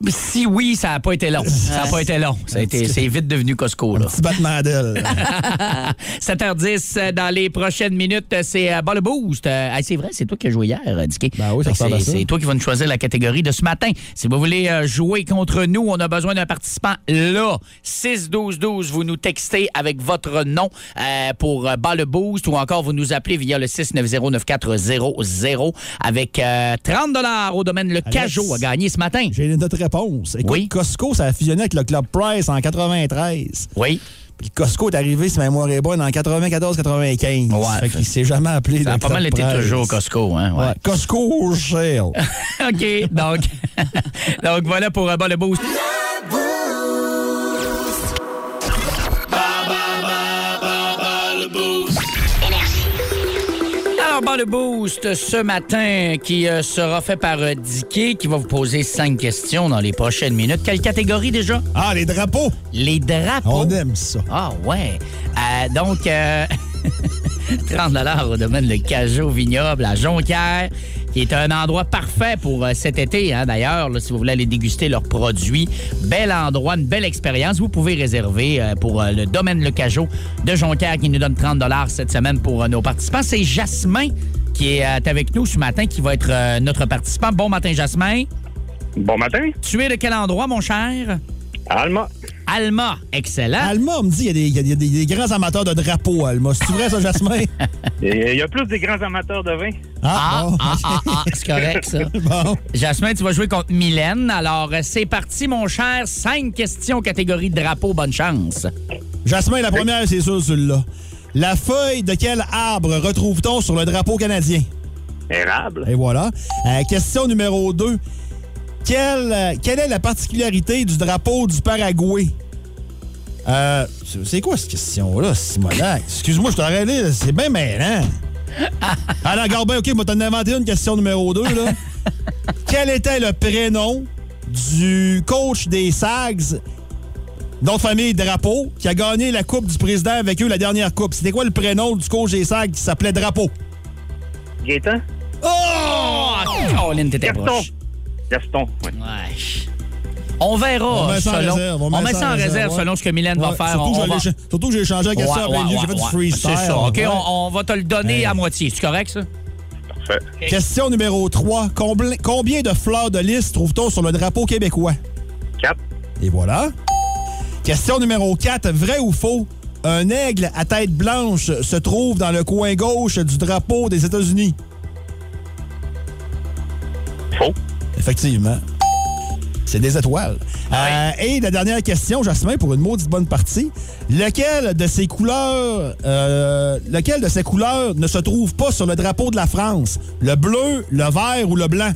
A: Si oui, ça n'a pas été long. Ça n'a pas été long. Ça a été- C'est vite devenu Costco, là.
D: Petit battement d'ailes.
A: 7h10, euh, dans les prochaines minutes, euh, c'est euh, Bas le Boost. Euh, hey, c'est vrai, c'est toi qui as joué hier, euh, Dicky.
D: Ben oui, ça
A: Fait que
D: ressemble à
A: c'est-
D: ça.
A: C'est toi qui vas nous choisir la catégorie de ce matin. Si vous voulez euh, jouer contre nous, on a besoin d'un participant là. 6-12-12, vous nous textez avec votre nom euh, pour euh, Bas le Boost ou encore vous nous appelez via le 690-9400 avec euh, 30 au domaine Le Cajot à gagner ce matin.
D: J'ai une autre réponse. Écoute,
A: Oui.
D: Costco, ça a fusionné avec le Club Price en 93.
A: Oui.
D: Puis le Costco est arrivé, si ma mémoire est bonne, en 94-95.
A: Ouais,
D: Fait
A: fait-
D: qu'il s'est jamais appelé
A: Ça a
D: le
A: pas
D: Club
A: mal été
D: Price.
A: toujours Costco, hein? ouais.
D: Ouais, Costco au Shell.
A: OK, donc, donc voilà pour un bas le boost. Alors, bas le boost ce matin qui euh, sera fait par euh, Dicky qui va vous poser cinq questions dans les prochaines minutes. Quelle catégorie déjà?
D: Ah, les drapeaux!
A: Les drapeaux.
D: On aime ça.
A: Ah ouais. Euh, donc, euh, 30 au domaine de Cajot Vignoble à Jonquière, qui est un endroit parfait pour euh, cet été, hein, d'ailleurs, là, si vous voulez aller déguster leurs produits. Bel endroit, une belle expérience. Vous pouvez réserver euh, pour euh, le domaine Le Cajot de Jonquière, qui nous donne 30 cette semaine pour euh, nos participants. C'est Jasmin qui est euh, avec nous ce matin, qui va être euh, notre participant. Bon matin, Jasmin.
H: Bon matin,
A: Tu es de quel endroit, mon cher?
H: Alma.
A: Alma. Excellent.
D: Ah. Alma, on me dit, il y a des- il y a, des- des, des grands amateurs de drapeaux, Alma. C'est vrai, ça, Jasmin?
H: Il y a plus des grands amateurs de vin.
A: Ah,
D: bon.
A: ah, ah, ah, c'est correct, ça.
D: Bon.
A: Jasmin, tu vas jouer contre Mylène. Alors, euh, c'est parti, mon cher. Cinq questions catégorie drapeau. Bonne chance.
D: Jasmin, la première, c'est sûr, celui-là. La feuille de quel arbre retrouve-t-on sur le drapeau canadien?
H: Érable.
D: Et voilà. Euh, question numéro 2. Quelle, euh, quelle est la particularité du drapeau du Paraguay? Euh, c'est- c'est quoi cette question-là, Simonac? Excuse-moi, je t'aurais dit, c'est bien mêlant. Alors, regarde bien, OK, moi, t'en as inventé une question numéro 2, là. Quel était le prénom du coach des Sags, dont famille Drapeau, qui a gagné la Coupe du Président avec eux, la dernière Coupe? C'était quoi le prénom du coach des Sags qui s'appelait Drapeau?
H: Gaétan.
A: Oh! Caroline, t'étais
H: Gaston.
A: proche.
H: Gaston. ouais.
A: Ouais. On verra.
D: On met ça en
A: selon-
D: réserve, on met ça en
A: en réserve
D: réserve,
A: selon ce que Mylène va
D: Ouais,
A: faire.
D: Surtout,
A: On-
D: que
A: on
D: je
A: va-
D: l'ai cha- surtout que j'ai changé la question
A: Ouais,
D: après
A: ouais,
D: j'ai fait
A: ouais,
D: du
A: ouais.
D: freestyle.
A: C'est ça, OK?
D: Ouais.
A: On, on va te le donner
D: Ouais.
A: à moitié. C'est correct, ça?
H: Parfait.
D: Question numéro 3. combien de fleurs de lys trouve-t-on sur le drapeau québécois?
H: Cap.
D: Et voilà. Question numéro 4. Vrai ou faux? Un aigle à tête blanche se trouve dans le coin gauche du drapeau des États-Unis.
H: Faux.
D: Effectivement. C'est des étoiles. Euh,
A: Ah
D: et la dernière question, Jasmin, pour une maudite bonne partie. Lequel de ces couleurs euh, lequel de ces couleurs ne se trouve pas sur le drapeau de la France? Le bleu, le vert ou le blanc?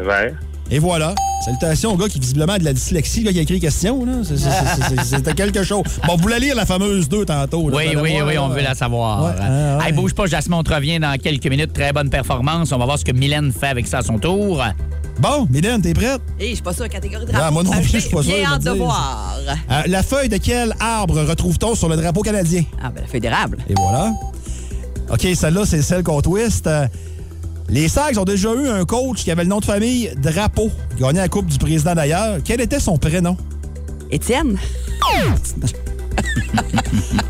H: Vert.
D: Et voilà. Salutations au gars qui visiblement a de la dyslexie, là, qui a écrit question. là. C'est- c'est- c'est- c'est- C'était quelque chose. Bon, vous voulez lire la fameuse 2 tantôt. là.
A: Oui,
D: Vous allez
A: oui,
D: voir,
A: oui,
D: là.
A: on veut la savoir. Euh,
D: Ouais, ouais, ouais.
A: Hey, bouge pas, Jasmine, on te revient dans quelques minutes. Très bonne performance. On va voir ce que Mylène fait avec ça à son tour.
D: Bon, Mylène, t'es prête?
B: Et je suis pas sûre, catégorie de
D: Ah, moi non plus, je suis pas
B: J'ai
D: sûr, je
B: bien
D: vais
B: hâte
D: te
B: de
D: dire.
B: voir.
D: Euh, la feuille de quel arbre retrouve-t-on sur le drapeau canadien?
B: Ah, ben la feuille d'érable.
D: Et voilà. OK, celle-là, c'est celle qu'on twist. Euh, les Sags ont déjà eu un coach qui avait le nom de famille Drapeau. Il gagnait la Coupe du Président d'ailleurs. Quel était son prénom?
B: Étienne.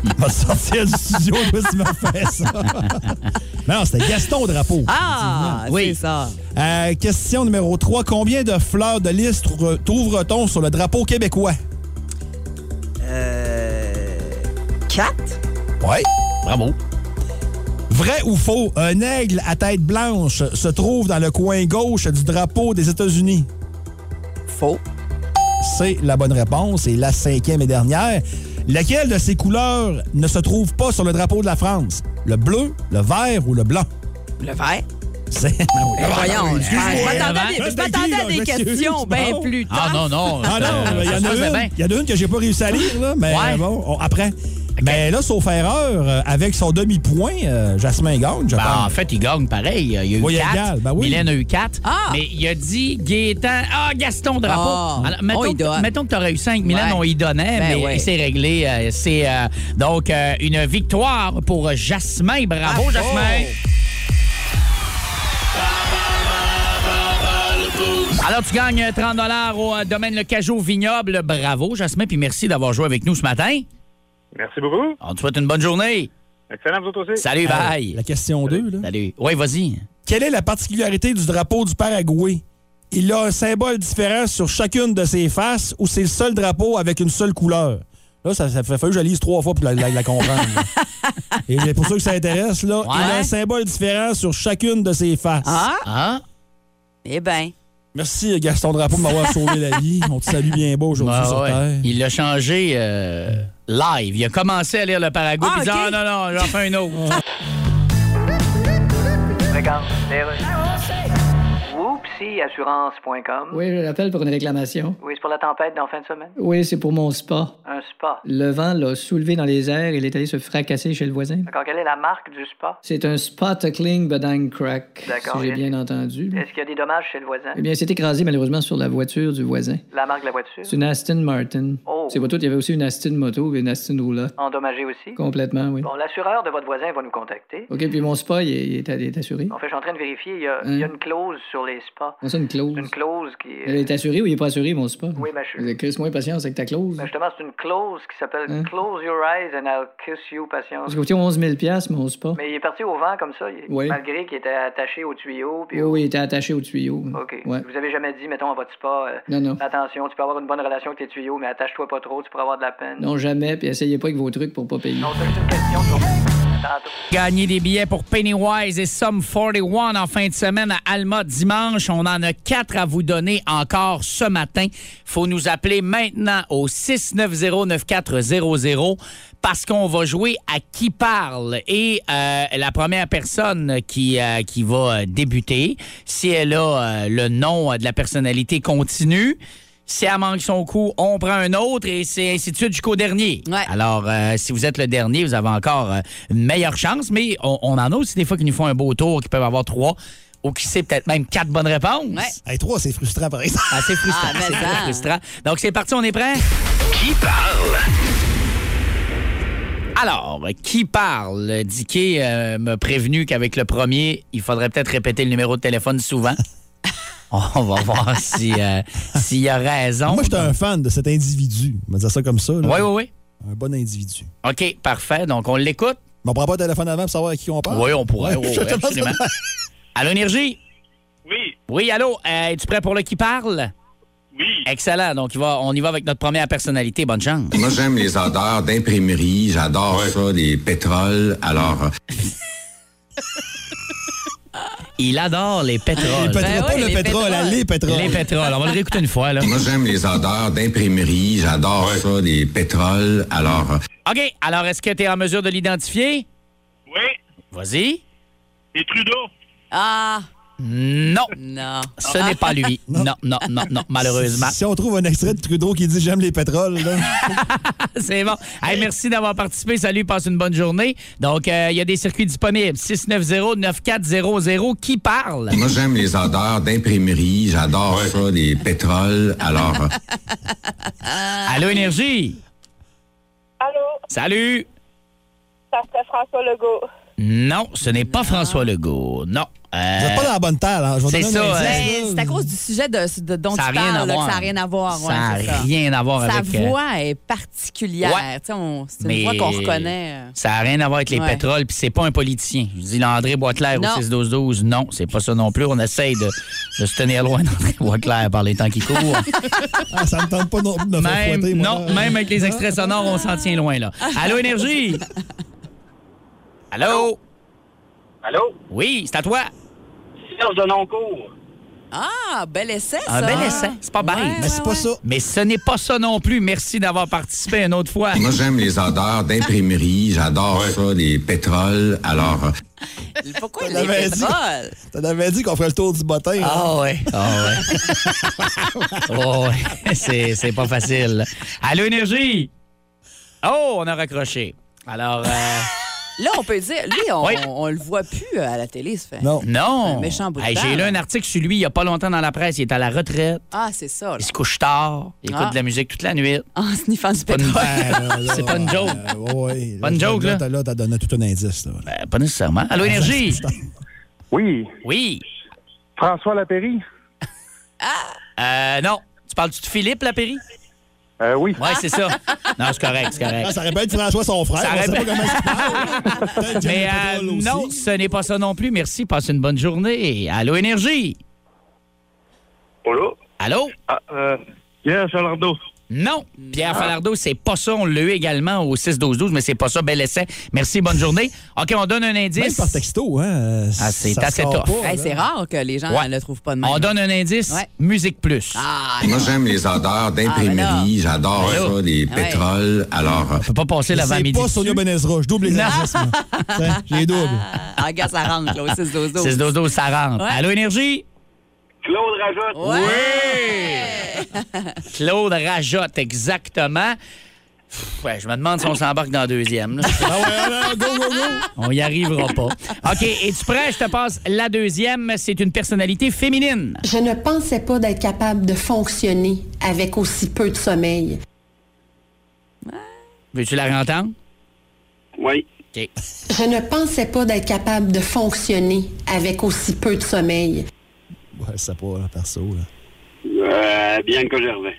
D: Il m'a sorti du studio, toi, si m'a fait ça. non, c'était Gaston Drapeau.
B: Ah,
A: Oui.
B: c'est ça.
D: Euh, question numéro 3. Combien de fleurs de lys trouve- trouve-t-on sur le drapeau québécois?
B: Euh. 4.
D: Oui.
A: Bravo.
D: Vrai ou faux, un aigle à tête blanche se trouve dans le coin gauche du drapeau des États-Unis?
B: Faux.
D: C'est la bonne réponse et la cinquième et dernière. Laquelle de ces couleurs ne se trouve pas sur le drapeau de la France? Le bleu, le vert ou le blanc?
B: Le vert.
D: C'est... Ah oui.
B: Ben voyons, ben, je m'attendais à des-
D: Reste
B: je m'attendais à
D: avec
B: des
D: lui, là, je
B: questions
D: m'excuse,
B: bien
D: bon.
B: plus
A: Ah
B: tard.
A: non, non.
D: Ah non, il y, en
A: ça se faisait
D: a
A: bien.
D: une, il y en a une que j'ai pas réussi à lire, là, mais
A: Ouais.
D: bon, on- après. Mais là, sauf erreur, euh, avec son demi-point, euh, Jasmin gagne, je
B: Bah,
A: Ben,
D: pense.
A: en fait, il gagne pareil. Il y a eu
D: Oui, il y a
A: 4.
D: égal, ben oui.
A: Mylène a eu 4.
B: Ah!
A: Mais il a dit Gaétan. Ah, Gaston Drapeau.
B: Ah,
A: Alors,
B: on
A: mettons,
B: y donne.
A: que- mettons que tu aurais eu 5. Mylène,
B: Ouais.
A: on y donnait,
B: Ben
A: mais
B: ouais.
A: c'est réglé. Euh, C'est euh, donc euh, une victoire pour Jasmin. Bravo,
B: Ah.
A: Jasmin. Alors, tu gagnes 30 au euh, domaine Le Cajot Vignoble. Bravo, Jasmin. Puis merci d'avoir joué avec nous ce matin.
H: Merci beaucoup.
A: On te souhaite une bonne journée.
H: Excellent, vous autres aussi.
A: Salut, bye.
D: Euh, La question 2, là.
A: Salut. Oui, vas-y.
D: Quelle est la particularité du drapeau du Paraguay? Il a un symbole différent sur chacune de ses faces ou c'est le seul drapeau avec une seule couleur? Là, ça, ça fait fallu que je la lise trois fois pour la, la- la comprendre. là. Et c'est pour ceux que ça intéresse, là, il a un symbole différent sur chacune de ses faces.
B: Ah,
A: Ah,
B: eh bien.
D: Merci Gaston Drapeau de m'avoir sauvé la vie. On te salue bien beau aujourd'hui
A: Ah
D: sur
A: ouais.
D: Terre.
A: Il l'a changé euh, live. Il a commencé à lire le Paraguay.
B: Ah,
A: puis il
B: ok.
A: dit, Ah, non, non, j'en fais un autre.
E: Regarde, les Oupsiassurance.com.
F: Oui, je l'appelle pour une réclamation.
E: Oui, c'est pour la tempête d'en fin de semaine.
F: Oui, c'est pour mon spa.
E: Un spa.
F: Le vent l'a soulevé dans les airs et il est allé se fracasser chez le voisin.
E: D'accord, quelle est la marque du spa?
F: C'est un spa tuckling bedang crack, si
E: D'accord,
F: j'ai
E: et-
F: bien entendu.
E: Est-ce qu'il y a des dommages chez le voisin?
F: Eh bien, il s'est écrasé malheureusement sur la voiture du voisin.
E: La marque de la voiture?
F: C'est une Aston Martin.
E: Oh.
F: C'est pas tout, il y avait aussi une Aston moto et une Aston roulotte.
E: Endommagée aussi?
F: Complètement, oui.
E: Bon, l'assureur de votre voisin va nous contacter.
F: OK, puis mon spa, il est, il est- il est assuré.
E: En fait, je suis en train de vérifier. Il y a,
F: Hein?
E: il y a une clause sur les spas.
F: On ça une clause.
E: Une clause qui.
F: Il est assuré ou il est pas assuré, mon spa?
E: Oui, ma chérie.
F: Chris, moins patience avec ta clause.
E: Ben, justement, c'est une clause qui s'appelle
F: Hein?
E: Close your eyes and I'll kiss you, patience.
F: Parce que vous étiez 11 000 mon spa.
E: Mais il est parti au vent comme ça, il-
F: Oui.
E: malgré qu'il était attaché au tuyau. Puis
F: Oui, oui, il était attaché au tuyau.
E: OK.
F: Ouais.
E: Vous avez jamais dit, mettons, à votre spa, euh,
F: Non, non.
E: attention, tu peux avoir une bonne relation avec tes tuyaux, mais attache-toi pas trop, tu pourras avoir de la peine.
F: Non, jamais, puis essayez pas avec vos trucs pour pas payer.
E: Non, c'est juste une question. sur-
A: Gagner des billets pour Pennywise et Sum 41 en fin de semaine à Alma dimanche. On en a quatre à vous donner encore ce matin. Faut nous appeler maintenant au 690-9400 parce qu'on va jouer à qui parle. Et euh, la première personne qui, euh, qui va débuter, si elle a euh, le nom euh, de la personnalité continue, si elle manque son coup, on prend un autre et c'est ainsi de suite jusqu'au dernier.
B: Ouais.
A: Alors, euh, si vous êtes le dernier, vous avez encore euh, une meilleure chance, mais on, on en a aussi des fois qui nous font un beau tour, qui peuvent avoir trois ou qui sait peut-être même quatre bonnes réponses.
B: Ouais.
D: Hey, trois, c'est frustrant, par exemple.
A: Ah, c'est frustrant.
B: Ah, mais
A: c'est
B: ça.
A: très frustrant. Donc, c'est parti, on est prêt?
G: Qui parle?
A: Alors, qui parle? Dicky euh, m'a prévenu qu'avec le premier, il faudrait peut-être répéter le numéro de téléphone souvent. On va voir si, euh, s'il a raison.
D: Moi, j'étais un fan de cet individu. On va dire ça comme ça. là.
A: Oui, oui, oui.
D: Un bon individu.
A: OK, parfait. Donc, on l'écoute.
D: Mais on prend pas le téléphone avant pour savoir à qui on parle.
A: Oui, on pourrait.
D: Ouais,
A: oui,
D: je
A: oui,
D: te demande
A: absolument. Allô, Énergie?
H: Oui,
A: Oui, allô? euh, Es-tu prêt pour le qui parle?
H: oui.
A: Excellent. Donc, il va- on y va avec notre première personnalité. Bonne chance.
I: Moi, j'aime les odeurs d'imprimerie. J'adore ça, les pétroles. Alors, euh,
A: Il adore les pétroles.
D: Les pétroles,
B: Ben
D: pas
B: oui,
D: le
B: les
D: pétrole, hein,
B: pétroles.
D: les pétroles.
A: Les pétroles. On va le réécouter une fois, là.
I: moi, j'aime les odeurs d'imprimerie. J'adore ça, les pétroles. Alors, euh,
A: OK. Alors, est-ce que tu es en mesure de l'identifier?
H: Oui,
A: Vas-y.
H: et Trudeau.
B: Ah,
A: Non.
B: non.
A: Ce n'est pas lui. Non, non, non, non, malheureusement.
D: Si on trouve un extrait de Trudeau qui dit j'aime les pétroles, là.
A: Euh, C'est bon. Hey, merci d'avoir participé. Salut, passe une bonne journée. Donc, euh, il y a des circuits disponibles. 690-9400. Qui parle?
I: moi, j'aime les odeurs d'imprimerie. J'adore ça, les pétroles. Alors, euh,
B: Ah.
A: Allô, Énergie?
J: Allô,
A: Salut.
J: ça serait François Legault.
A: Non, ce n'est pas François Legault. Non. Euh,
D: Vous êtes pas dans la bonne terre, là. Je vais
A: c'est
D: vous donner
A: ça, hein.
D: un indice,
B: Ben,
D: là.
B: c'est à cause du sujet de, de dont
A: ça n'a
B: tu
A: rien à
B: parles là,
A: voir.
B: que ça n'a rien à voir. ouais,
A: ça n'a
B: c'est ça.
A: rien à voir
B: Sa
A: avec... euh,
B: voix est particulière.
A: Ouais.
B: Tu sais, on- C'est une
A: mais
B: voix qu'on reconnaît. euh.
A: Ça n'a rien à voir avec les
B: Ouais.
A: pétroles, puis c'est pas un politicien. Je dis l'André Boisclair
B: Non.
A: au 6-12-12. Non, c'est pas ça non plus. On essaye de, de se tenir loin d'André Boisclair par les temps qui courent.
D: Ah, ça me tente pas non plus de me faire
A: Même,
D: fouetter, moi,
A: non,
D: là.
A: même avec les extraits sonores, on s'en tient loin, là. Allô, Énergie? Allô?
H: Allô?
A: Oui, c'est à toi.
H: Serge de Noncourt.
B: Ah, bel essai, ça.
A: Un bel essai. C'est pas bête.
D: Mais c'est pas ça.
A: Mais ce n'est pas ça non plus. Merci d'avoir participé une autre fois.
I: moi, j'aime les odeurs d'imprimerie. J'adore ça, les pétroles. Alors, euh,
B: Pourquoi
D: On
B: les
D: avait dit-
B: pétroles?
D: T'en avais dit qu'on ferait le tour du bottin. hein? là.
A: Ah ouais. Ah ouais. Oh, ouais. C'est, c'est pas facile. Allô, Énergie? Oh, on a raccroché. Alors, euh,
B: Là, on peut dire, lui, on,
A: Oui.
B: on- on le voit plus euh, à la télé, ça fait.
D: Non.
A: non.
B: Un méchant bout de temps,
A: J'ai lu
B: là.
A: un article sur lui il y a pas longtemps dans la presse. Il est à la retraite.
B: Ah, c'est ça. là.
A: Il se couche tard. Il écoute
B: Ah.
A: de la musique toute la nuit.
B: En sniffant du
A: Pas une-
B: pétrole.
D: Ah,
A: C'est pas une joke.
D: Euh, ouais,
A: Pas une joke, là.
D: t'as- Là, t'as donné tout un indice, là.
A: Euh, pas nécessairement. Allô, Énergie?
H: Oui.
A: Oui.
H: François Lapéry.
A: Euh, non. Tu parles-tu de Philippe Lapéry?
H: Euh, oui.
A: Oui, c'est ça. Non, c'est correct, c'est
D: Ah,
A: correct.
D: ça aurait pu être François, son frère.
A: Ça
D: on sait
A: aurait
D: pas comment il parle. Peut-être Johnny
A: Mais euh,
D: Pétrole aussi.
A: non, ce n'est pas ça non plus. Merci. Passe une bonne journée. Allô, Énergie?
H: Allô?
A: Allô?
H: Ah, euh, Pierre Chalardeau.
A: Non. Pierre Falardeau, c'est pas ça. On l'a eu également au 6-12-12, mais c'est pas ça. Bel essai. Merci. Bonne journée. OK, on donne un
D: Même
A: indice.
D: par texto, hein. euh,
A: Ah, c'est
D: ça se
A: assez
D: sort
A: tough.
D: pas,
B: Hey,
D: là.
B: c'est rare que les gens
A: Ouais.
B: ne le trouvent pas de même.
A: On donne un indice.
B: Ouais.
A: Musique plus.
B: Ah, ben
I: moi, j'aime les odeurs d'imprimerie. J'adore
A: Allô?
I: ça, les pétroles. Alors, euh,
A: On peut pas passer
D: C'est
A: l'avant-midi.
D: pas Sonia Benezra. Je double les indices, moi. Tiens, J'ai double.
B: ah, gars, ça rentre, là, au 6 12 12
A: 6-12-12, ça rentre.
B: Ouais.
A: Allô, Énergie?
H: Claude Rajotte.
B: Ouais.
A: Claude rajoute exactement. Pff, Ouais, je me demande si on s'embarque dans la deuxième. là.
D: Ah ouais, là, go, go, go.
A: On y arrivera pas. OK, es-tu prêt? Je te passe la deuxième. C'est une personnalité féminine.
J: Je ne pensais pas d'être capable de fonctionner avec aussi peu de sommeil.
A: Veux-tu la réentendre?
H: Oui.
A: OK.
J: Je ne pensais pas d'être capable de fonctionner avec aussi peu de sommeil.
D: Ouais, ça pas, là, perso, là.
H: Euh, Bianca Gervais.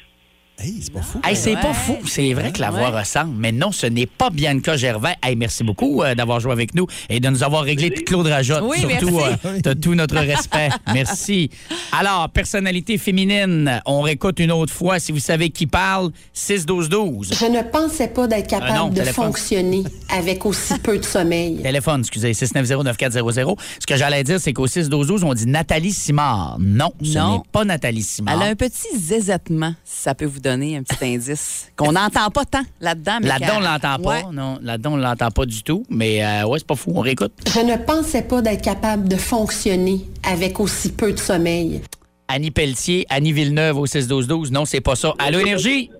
D: Hey, c'est pas fou.
A: Hey, c'est pas
D: Ouais.
A: fou. C'est vrai que la voix ressemble, mais non, ce n'est pas Bianca Gervais. Hey, merci beaucoup euh, d'avoir joué avec nous et de nous avoir réglé tout Claude Rajotte.
K: Oui,
A: Surtout, euh,
K: merci.
A: t'as tout notre respect. merci. Alors, personnalité féminine, on réécoute une autre fois. Si vous savez qui parle, 6-12-12.
J: Je ne pensais pas d'être capable
A: Ah non,
J: de
A: téléphone.
J: fonctionner avec aussi peu de sommeil.
A: Téléphone, excusez, 690-9400. Ce que j'allais dire, c'est qu'au 6-12-12, on dit Nathalie Simard. Non, ce
B: Non.
A: n'est pas Nathalie Simard.
B: Elle a un petit zézettement, si ça peut vous donner un petit indice, qu'on n'entend pas tant là-dedans. mais
A: Là-dedans, on
B: qu'elle-
A: l'entend pas.
B: Ouais.
A: Non, là-dedans, on l'entend pas du tout. Mais euh, ouais, c'est pas fou. On réécoute.
J: Je ne pensais pas d'être capable de fonctionner avec aussi peu de sommeil.
A: Annie Pelletier, Annie Villeneuve au 6-12-12. Non, c'est pas ça. Allô, Énergie?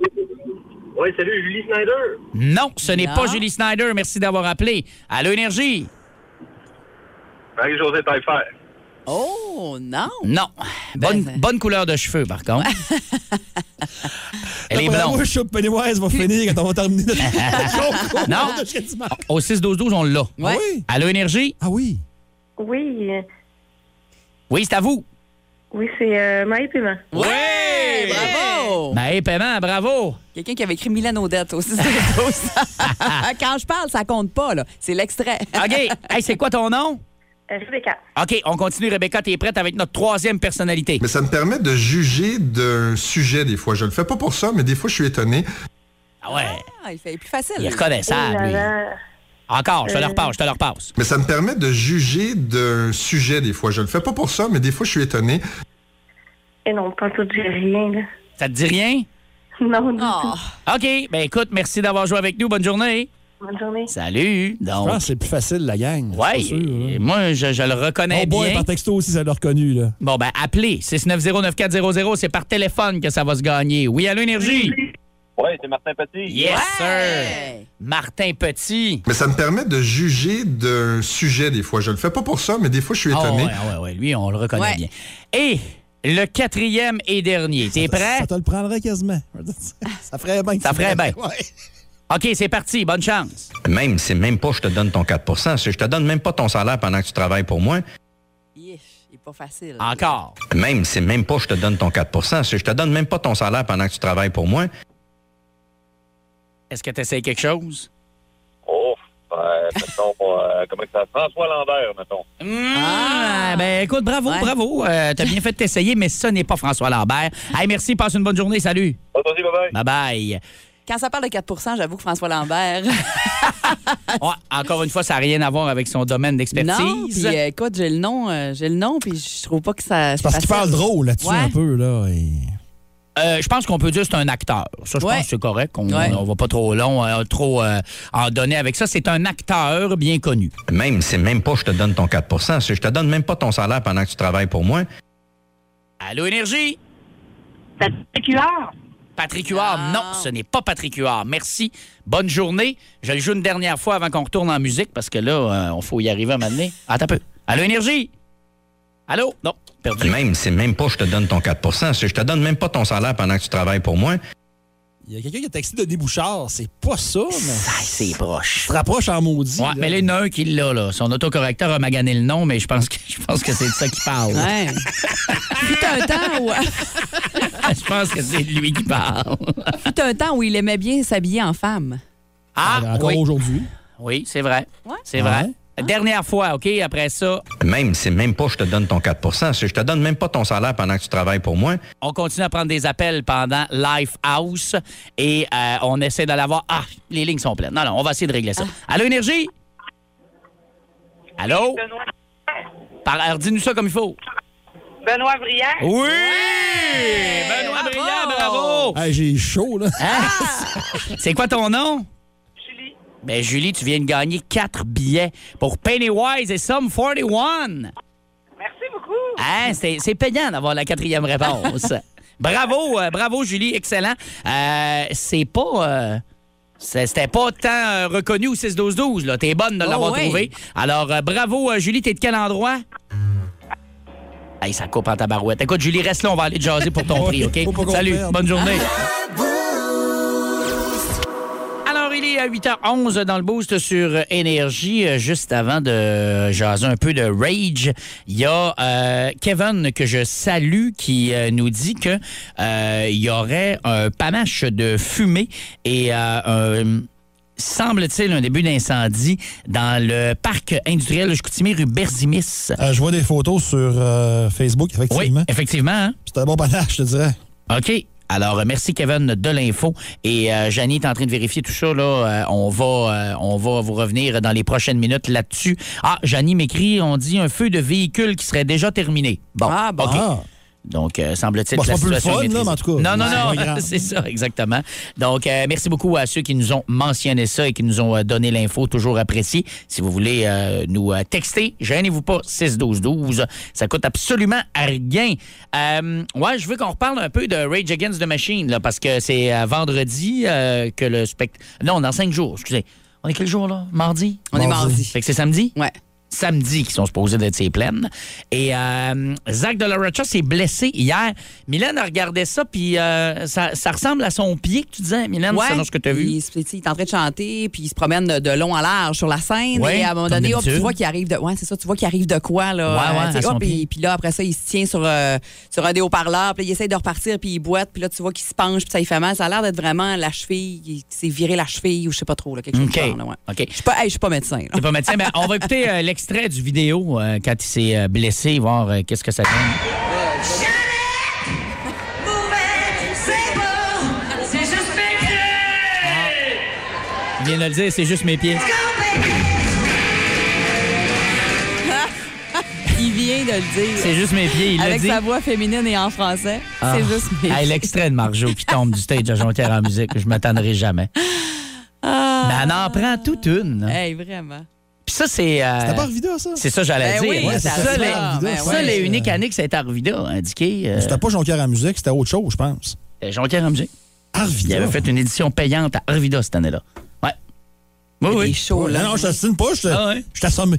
H: Oui, salut, Julie Snyder.
A: Non, ce n'est
H: Non.
A: pas Julie Snyder. Merci d'avoir appelé. Allô, Énergie?
H: Marie-Josée Taillefer.
B: Oh, non.
A: Non. Bonne, bonne couleur de cheveux, par contre. Elle est
D: D'après
A: blonde.
D: moi, Chope Pennywise va finir quand on va terminer notre concours
A: Non.
D: de chrétiment.
A: Au 6-12-12, on l'a.
D: Ah oui?
A: Allô, Énergie?
D: Ah oui.
L: Oui, euh,
A: Oui, c'est à vous.
L: oui, c'est euh, Maï Paiement.
B: Oui! Bravo!
A: Maë Paiement, bravo!
B: Quelqu'un qui avait écrit Milan Odette aussi. c'est ça. Quand je parle, ça compte pas, là. C'est l'extrait.
D: Ah.
A: OK. Hey, c'est quoi ton nom?
L: Euh, Rebecca.
A: OK, on continue. Rebecca, t'es prête avec notre troisième personnalité.
M: Mais ça me permet de juger d'un sujet des fois. Je le fais pas pour ça, mais des fois je suis étonné.
A: Ah ouais.
B: Ah, il fait plus facile.
A: Il est reconnaissable, Oh là lui. Encore, je
L: Euh.
A: te le repasse, je te le repasse.
M: Mais ça me permet de juger d'un sujet des fois. Je le fais pas pour ça, mais des fois je suis étonné.
L: Et Eh non, pas tout dit rien, là.
A: Ça te dit rien?
L: Non, non.
B: Ah,
A: OK. Ben écoute, merci d'avoir joué avec nous. Bonne journée.
L: Bonne journée.
A: Salut.
D: Je
A: Donc,
D: pense que Ah, c'est plus facile, la gang. hein.
A: ouais, et moi, je, je le reconnais
D: Mon boy,
A: bien.
D: par texto aussi, ça l'a reconnu, là.
A: Bon, ben appelez. 690-9400, c'est par téléphone que ça va se gagner. Oui, allô, Énergie?
H: Oui, c'est Martin Petit.
A: Yes, sir. Martin Petit.
M: Mais ça me permet de juger d'un sujet des fois. Je le fais pas pour ça, mais des fois je suis
A: Ah
M: étonné.
A: ouais, ah ouais, ouais, lui, on le reconnaît bien. Et le quatrième et dernier. T'es prêt?
D: Ça te le prendrait quasiment. Ça ferait bien.
A: Ça ferait bien.
D: Ouais.
A: OK, c'est parti. Bonne chance.
N: Même, c'est même pas je te donne ton 4 c'est je te donne même pas ton salaire pendant que tu travailles pour moi.
B: Il est pas facile.
D: Ah.
A: Encore.
N: Même, c'est même pas je te donne ton 4 c'est je te donne même pas ton salaire pendant que tu travailles pour moi.
A: Est-ce que tu essaies quelque chose?
H: Oh, ben, mettons, euh, comment que ça François Lambert, mettons.
A: Ah, ben écoute, bravo, bravo. Euh, T'as bien fait de t'essayer, mais ce n'est pas François Lambert. Hey, merci, passe une bonne journée. Salut. Bye bye.
B: Quand ça parle de 4 j'avoue que François Lambert.
A: Ouais, encore une fois, ça n'a rien à voir avec son domaine
B: non,
A: d'expertise.
B: puis euh, écoute, j'ai le nom, euh, j'ai le nom, puis je trouve pas que ça.
D: C'est parce qu'il parle drôle là-dessus un peu, là. et-
A: Euh, je pense qu'on peut dire que c'est un acteur. Ça, je
B: Ouais.
A: pense que c'est correct. On,
B: Ouais.
A: on va pas trop long, euh, trop euh, en donner avec ça. C'est un acteur bien connu.
N: Même, c'est même pas je te donne ton 4 c'est je te donne même pas ton salaire pendant que tu travailles pour moi.
A: Allô, Énergie?
L: Patrick Huard.
A: Patrick Huard,
B: Ah.
A: non, ce n'est pas Patrick Huard. Merci. Bonne journée. Je le joue une dernière fois avant qu'on retourne en musique parce que là, euh, on faut y arriver un moment donné. Attends un peu. Allô, Énergie? Allô? Non.
N: Même, c'est même pas je te donne ton 4 c'est je te donne même pas ton salaire pendant que tu travailles pour moi.
D: Il y a quelqu'un qui a texté de débouchard. C'est pas ça, mais.
A: Ah, C'est proche.
D: Se rapproche en maudit.
A: Ouais, mais là, il y en a un qui l'a, là. Son autocorrecteur a magané le nom, mais je pense que, je pense que c'est de ça qu'il parle.
B: Ouais. Fut un temps où,
A: je pense que c'est de lui qui parle.
B: fut un temps où il aimait bien s'habiller en femme.
A: Ah,
D: Encore
A: oui.
D: aujourd'hui.
A: Oui, c'est vrai. C'est vrai. Dernière fois, OK? Après ça,
N: Même, c'est même pas je te donne ton 4 c'est je te donne même pas ton salaire pendant que tu travailles pour moi.
A: on continue à prendre des appels pendant Life House et euh, on essaie d'aller voir. Ah, les lignes sont pleines. Non, non, on va essayer de régler ça. Allô, Énergie? Allô? Par- alors, Dis-nous ça comme il faut.
L: Benoît Brière.
A: Oui! Benoît Briand, bravo!
D: Hey, j'ai chaud,
A: Hein?
D: là.
B: Ah!
A: C'est quoi ton nom? Julie. Ben, Julie, tu viens de gagner quatre billets pour Pennywise et Sum 41.
L: Merci beaucoup.
A: Hein, c'est c'est payant d'avoir la quatrième réponse. bravo, euh, bravo Julie, excellent. Euh, c'est pas. euh, c'est- C'était pas tant euh, reconnu au 6-12-12. là. T'es bonne de
B: Oh,
A: l'avoir
B: ouais.
A: trouvé. Alors, euh, bravo, euh, Julie. T'es de quel endroit? Hey, ça coupe en tabarouette. Écoute, Julie, reste là. On va aller te jaser pour ton prix, OK?
K: Faut pas qu'on
A: Salut,
K: perde.
A: bonne journée. Alors, il est est euh, à 8h11 dans le boost sur Énergie. Euh, Juste avant de jaser un peu de Rage, il y a euh, Kevin que je salue qui euh, nous dit que euh, il y aurait un panache de fumée et euh, un- semble-t-il un début d'incendie dans le parc industriel de Chicoutimi rue Berzimis.
D: Euh, je vois des photos sur euh, Facebook, effectivement.
A: effectivement. hein?
D: C'est un bon panache, je te dirais.
A: OK. Alors, euh, merci, Kevin, de l'info. Et euh, Janie est en train de vérifier tout ça. Là. Euh, on, va, euh, on va vous revenir dans les prochaines minutes là-dessus. Ah, Janie m'écrit, on dit un feu de véhicule qui serait déjà terminé. Bon,
B: Ah, bon.
A: OK.
B: Ah.
A: Donc, euh, semble-t-il
D: Bon,
A: que
D: c'est
A: la
D: pas plus le
A: situation
D: fun,
A: est maîtrisée.
D: là, mais en tout
A: Non,
D: cas,
A: non,
D: c'est pas
A: non,
D: grave.
A: c'est ça, exactement. Donc, euh, merci beaucoup à ceux qui nous ont mentionné ça et qui nous ont euh, donné l'info, toujours apprécié. Si vous voulez euh, nous euh, texter, gênez-vous pas, 6-12-12. Ça coûte absolument à rien. Euh, ouais, je veux qu'on reparle un peu de Rage Against the Machine, là, parce que c'est euh, vendredi euh, que le spectacle... Non, dans cinq jours, excusez. On est quel jour, là? Mardi?
B: On est Mardi. mardi.
A: Fait que c'est samedi?
B: Ouais.
A: Samedi, qui sont supposés d'être ses plaines. Et euh, Zach de la Rocha s'est blessé hier. Mylène a regardé ça, puis euh, ça, ça ressemble à son pied que tu disais, Mylène,
B: Ouais.
A: selon ce que tu as vu.
B: Il, se- tu sais, il est en train de chanter, puis il se promène de, de long à large sur la scène.
A: Ouais,
B: et à un moment
A: comme
B: donné, hop, tu
A: d'habitude.
B: vois qu'il arrive de. Ouais, c'est ça, tu vois qu'il arrive de quoi, là. euh,
A: Ouais, ouais,
B: tu sais,
A: à son
B: hop,
A: pied.
B: et- puis là, après ça, il se tient sur, euh, sur un des haut-parleurs, puis là, il essaie de repartir, puis il boite, puis là, tu vois qu'il se penche, puis ça lui fait mal. Ça a l'air d'être vraiment la cheville, il s'est viré la cheville, ou je sais pas trop, là, quelque chose
A: OK.
B: de genre, là, ouais.
A: OK.
B: Je suis pas, hey, je suis pas médecin, là.
A: T'es pas médecin, mais on va écouter euh, l'extrait du vidéo euh, quand il s'est euh, blessé, voir euh, qu'est-ce que ça donne. Ah.
K: C'est bon, c'est juste pété.
A: Il vient de le dire, c'est juste mes pieds.
B: il vient de le dire.
A: C'est juste mes pieds, il l'a
B: Avec
A: dit.
B: sa voix féminine et en français.
A: Ah.
B: C'est juste mes
A: Hey, L'extrait de Marjo qui tombe du stage à Jonquière en musique, je m'attendrai jamais. Mais Ben, elle en prend toute une. hein. là.
B: Hey, vraiment.
A: Puis ça, c'est. euh,
D: C'était pas Arvida, ça?
A: C'est ça, j'allais
B: Ben
A: dire.
B: oui, Ouais,
A: c'est
B: c'est
A: ça,
B: ça,
A: les,
B: Arvida,
A: ben
B: c'est
A: ça,
B: ça,
A: les
B: c'est-
A: uniques années que c'est Arvida indiqué.
B: Ben,
A: euh,
D: C'était pas Jonquière à musique, c'était autre chose, je pense.
A: Jonquière en musique. Il
D: Arvida.
A: avait fait une édition payante à Arvida cette année-là. Ouais. Oui, oui.
D: Ouais, non, non, je t'assine pas, je te-
A: Ah
D: je t'assomme.